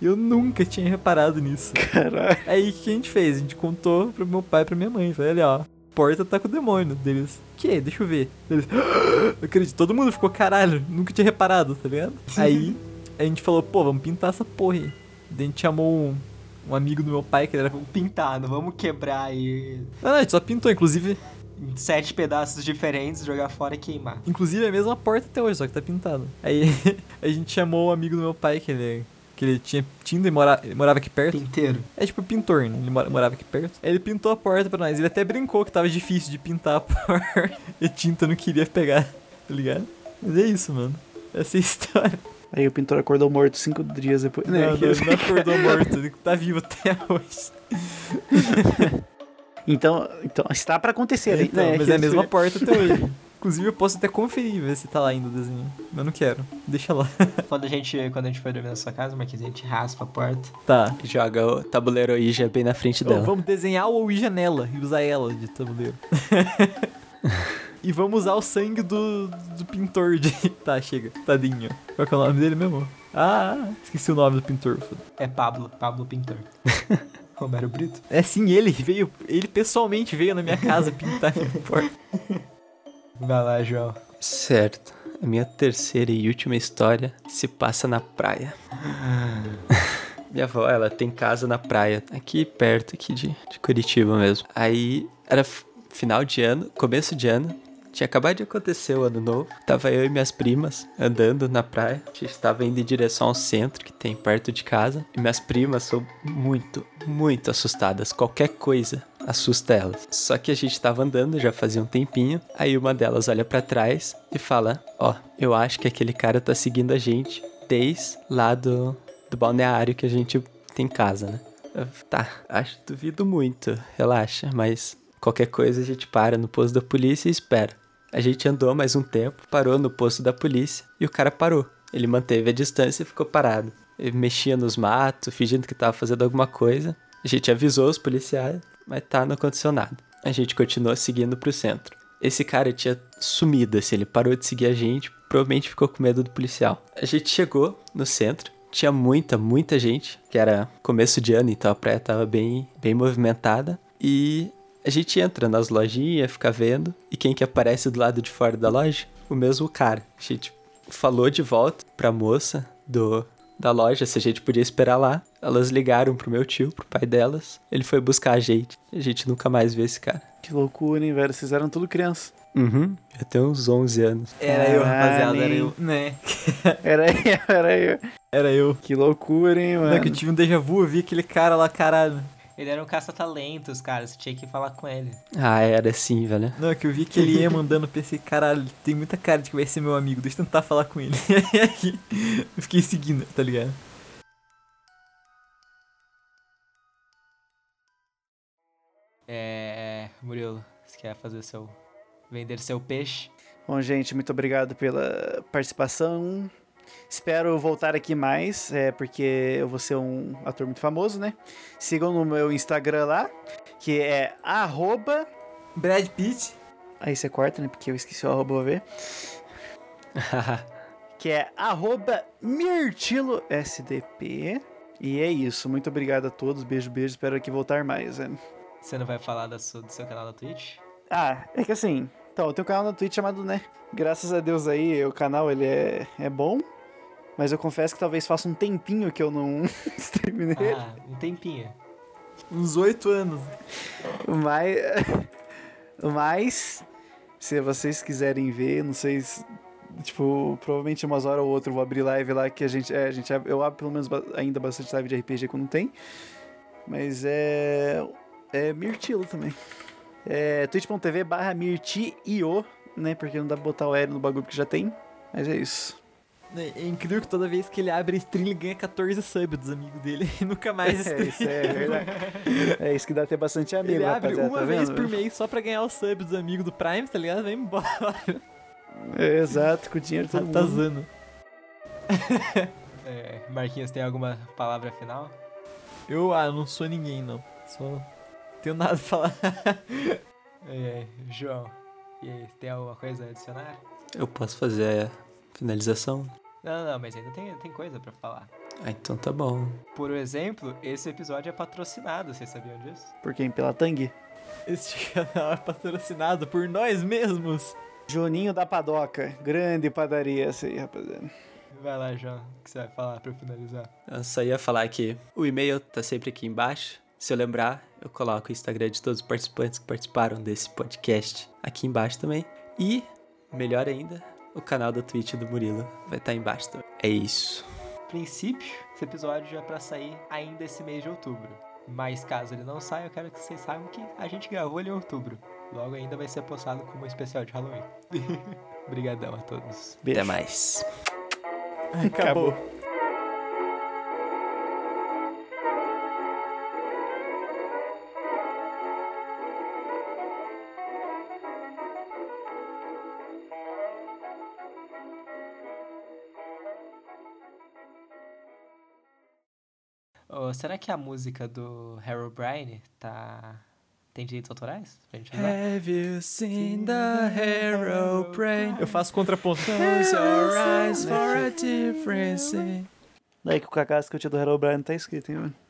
Speaker 3: Eu nunca tinha reparado nisso.
Speaker 2: Caralho.
Speaker 3: Aí o que a gente fez? A gente contou pro meu pai e pra minha mãe. Falei, olha, ó, porta tá com o demônio deles. Que? Deixa eu ver. Eles, "Ah!" não acredito, todo mundo ficou caralho, nunca tinha reparado, tá ligado? Aí a gente falou, pô, vamos pintar essa porra aí. Daí a gente chamou um, um amigo do meu pai que ele era. "Ah,
Speaker 1: Vamos pintar, não vamos quebrar aí
Speaker 3: Não, não, a gente só pintou, inclusive.
Speaker 1: em sete pedaços diferentes, jogar fora e queimar.
Speaker 3: Inclusive é a mesma porta até hoje, só que tá pintada. Aí a gente chamou o amigo do meu pai, que ele, que ele tinha Tinder e mora, ele morava aqui perto.
Speaker 1: Inteiro.
Speaker 3: É tipo pintor, né? Ele mora- morava aqui perto. Ele pintou a porta pra nós. Ele até brincou que tava difícil de pintar a porta. E a tinta não queria pegar, tá ligado? Mas é isso, mano. Essa é a história.
Speaker 2: Aí o pintor acordou morto cinco dias depois. né?
Speaker 3: Não, não, ele não acordou morto. Ele tá vivo até hoje.
Speaker 2: Então, então, está pra acontecer,
Speaker 3: Então,
Speaker 2: né?
Speaker 3: mas é a mesma porta até hoje. Inclusive, eu posso até conferir, ver se tá lá ainda o desenho. Mas eu não quero. Deixa lá.
Speaker 1: Quando a gente, quando a gente foi dormir na sua casa, Marquinhos, a gente raspa a porta.
Speaker 3: Tá.
Speaker 5: Joga o tabuleiro Ouija bem na frente
Speaker 3: Então,
Speaker 5: dela.
Speaker 3: vamos desenhar o Ouija nela e usar ela de tabuleiro. e vamos usar o sangue do, do pintor de. Tá, chega. Tadinho. Qual que é o nome dele mesmo? Ah, esqueci o nome do pintor. foda.
Speaker 1: É Pablo, Pablo Pintor. Romero Brito.
Speaker 3: É sim, ele veio. Ele pessoalmente veio na minha casa pintar minha porta.
Speaker 1: Vai lá, João.
Speaker 5: Certo. A minha terceira e última história se passa na praia. Minha avó, ela tem casa na praia, aqui perto aqui de, de Curitiba mesmo. Aí era f- final de ano, começo de ano. Tinha acabado de acontecer o ano novo. Tava eu e minhas primas andando na praia. A gente estava indo em direção ao centro que tem perto de casa. E minhas primas são muito, muito assustadas. Qualquer coisa assusta elas. Só que a gente tava andando já fazia um tempinho. Aí uma delas olha pra trás e fala: Ó, eu acho que aquele cara tá seguindo a gente desde lá do, do balneário que a gente tem em casa, né? Eu, tá, acho duvido muito, relaxa, mas qualquer coisa a gente para no posto da polícia e espera. A gente andou mais um tempo, parou no posto da polícia e o cara parou. Ele manteve a distância e ficou parado. Ele mexia nos matos, fingindo que tava fazendo alguma coisa. A gente avisou os policiais, mas tá, não aconteceu nada. A gente continuou seguindo pro centro. Esse cara tinha sumido, assim, ele parou de seguir a gente, provavelmente ficou com medo do policial. A gente chegou no centro, tinha muita, muita gente, que era começo de ano, então a praia tava bem, bem movimentada. E a gente entra nas lojinhas, fica vendo, e quem que aparece do lado de fora da loja? O mesmo cara. A gente falou de volta pra moça do da loja se a gente podia esperar lá. Elas ligaram pro meu tio, pro pai delas. Ele foi buscar a gente. A gente nunca mais vê esse cara.
Speaker 2: Que loucura, hein, velho? Vocês eram tudo criança.
Speaker 5: Uhum. Eu tenho uns 11 anos.
Speaker 3: Era eu, rapaziada, era
Speaker 2: Caralho.
Speaker 3: eu. Né?
Speaker 2: Era eu, era eu.
Speaker 3: Era eu.
Speaker 2: Que loucura, hein,
Speaker 3: Não é
Speaker 2: mano?
Speaker 3: que eu tive um déjà vu, eu vi aquele cara lá, caralho.
Speaker 1: Ele era um caça-talentos, cara. Você tinha que falar com ele.
Speaker 5: Ah, era assim, velho.
Speaker 3: Não, é que eu vi que ele ia mandando, eu pensei, caralho, ele tem muita cara de que vai ser meu amigo, deixa eu tentar falar com ele. E aí, eu fiquei seguindo, tá ligado?
Speaker 1: É. Murilo, você quer fazer seu. Vender seu peixe?
Speaker 2: Bom, gente, muito obrigado pela participação. Espero voltar aqui mais, é, porque eu vou ser um ator muito famoso, né? Sigam no meu Instagram lá, que é arroba...
Speaker 3: Brad Pitt,
Speaker 2: Aí você corta, né? Porque eu esqueci o arroba, vou ver. que é arroba mirtilo sdp. E é isso. Muito obrigado a todos. Beijo, beijo. Espero aqui voltar mais, né?
Speaker 1: Você não vai falar da sua- do seu canal da Twitch?
Speaker 2: Ah, é que assim... Então, eu tenho um canal na Twitch chamado, né? Graças a Deus aí, o canal, ele é, é bom. Mas eu confesso que talvez faça um tempinho que eu não streame nele.
Speaker 1: Ah, um tempinho.
Speaker 3: uns 8 anos.
Speaker 2: Mas... Mas... Se vocês quiserem ver, não sei se... Tipo, provavelmente umas horas ou outra eu vou abrir live lá que a gente... É, a gente abre- eu abro pelo menos ba- ainda bastante live de RPG quando tem. Mas é... É Mirtilo também. É twitch.tv barra Mirtio, né? Porque não dá pra botar o L no bagulho que já tem. Mas é isso.
Speaker 3: É é incrível que toda vez que ele abre stream, ele ganha 14 subs dos amigos dele e nunca mais
Speaker 2: é,
Speaker 3: stream.
Speaker 2: isso é verdade. É isso que dá até bastante amigo,
Speaker 3: Ele abre
Speaker 2: rapaziada,
Speaker 3: uma
Speaker 2: tá
Speaker 3: vez
Speaker 2: vendo?
Speaker 3: por mês só pra ganhar o sub dos amigos do Prime, tá ligado? Vai embora,
Speaker 2: É, exato, com o dinheiro de todo
Speaker 3: tá
Speaker 2: mundo.
Speaker 3: zando.
Speaker 1: É, Marquinhos, tem alguma palavra final?
Speaker 3: Eu, ah, não sou ninguém, não. Só... Tenho nada pra falar.
Speaker 1: É, João, e aí, tem alguma coisa a adicionar?
Speaker 5: Eu posso fazer a finalização?
Speaker 1: Não, não, não, mas ainda tem, tem coisa pra falar.
Speaker 5: Ah, então tá bom.
Speaker 1: Por exemplo, esse episódio é patrocinado, vocês sabiam disso?
Speaker 2: Por quem? Pela Tang?
Speaker 3: Este canal é patrocinado por nós mesmos.
Speaker 2: Juninho da Padoca. Grande padaria essa aí, rapaziada.
Speaker 1: Vai lá, João, o que você vai falar pra eu finalizar?
Speaker 5: Eu só ia falar que o e-mail tá sempre aqui embaixo. Se eu lembrar, eu coloco o Instagram de todos os participantes que participaram desse podcast aqui embaixo também. E, melhor ainda, o canal da Twitch do Murilo vai estar embaixo também. É isso.
Speaker 1: Princípio, esse episódio é pra sair ainda esse mês de outubro. Mas caso ele não saia, eu quero que vocês saibam que a gente gravou ele em outubro. Logo ainda vai ser postado como um especial de Halloween. Obrigadão a todos.
Speaker 2: Beijo.
Speaker 5: Até mais.
Speaker 2: Acabou.
Speaker 1: Ô, será que a música do Harold Bryan tá. tem direitos autorais? Pra gente usar?
Speaker 5: Have you seen the hero brain?
Speaker 3: Eu faço contraponto.
Speaker 5: Close your eyes for a difference.
Speaker 2: é Daí que o cacasco que eu tinha do Harold Bryan tá escrito, hein, mano?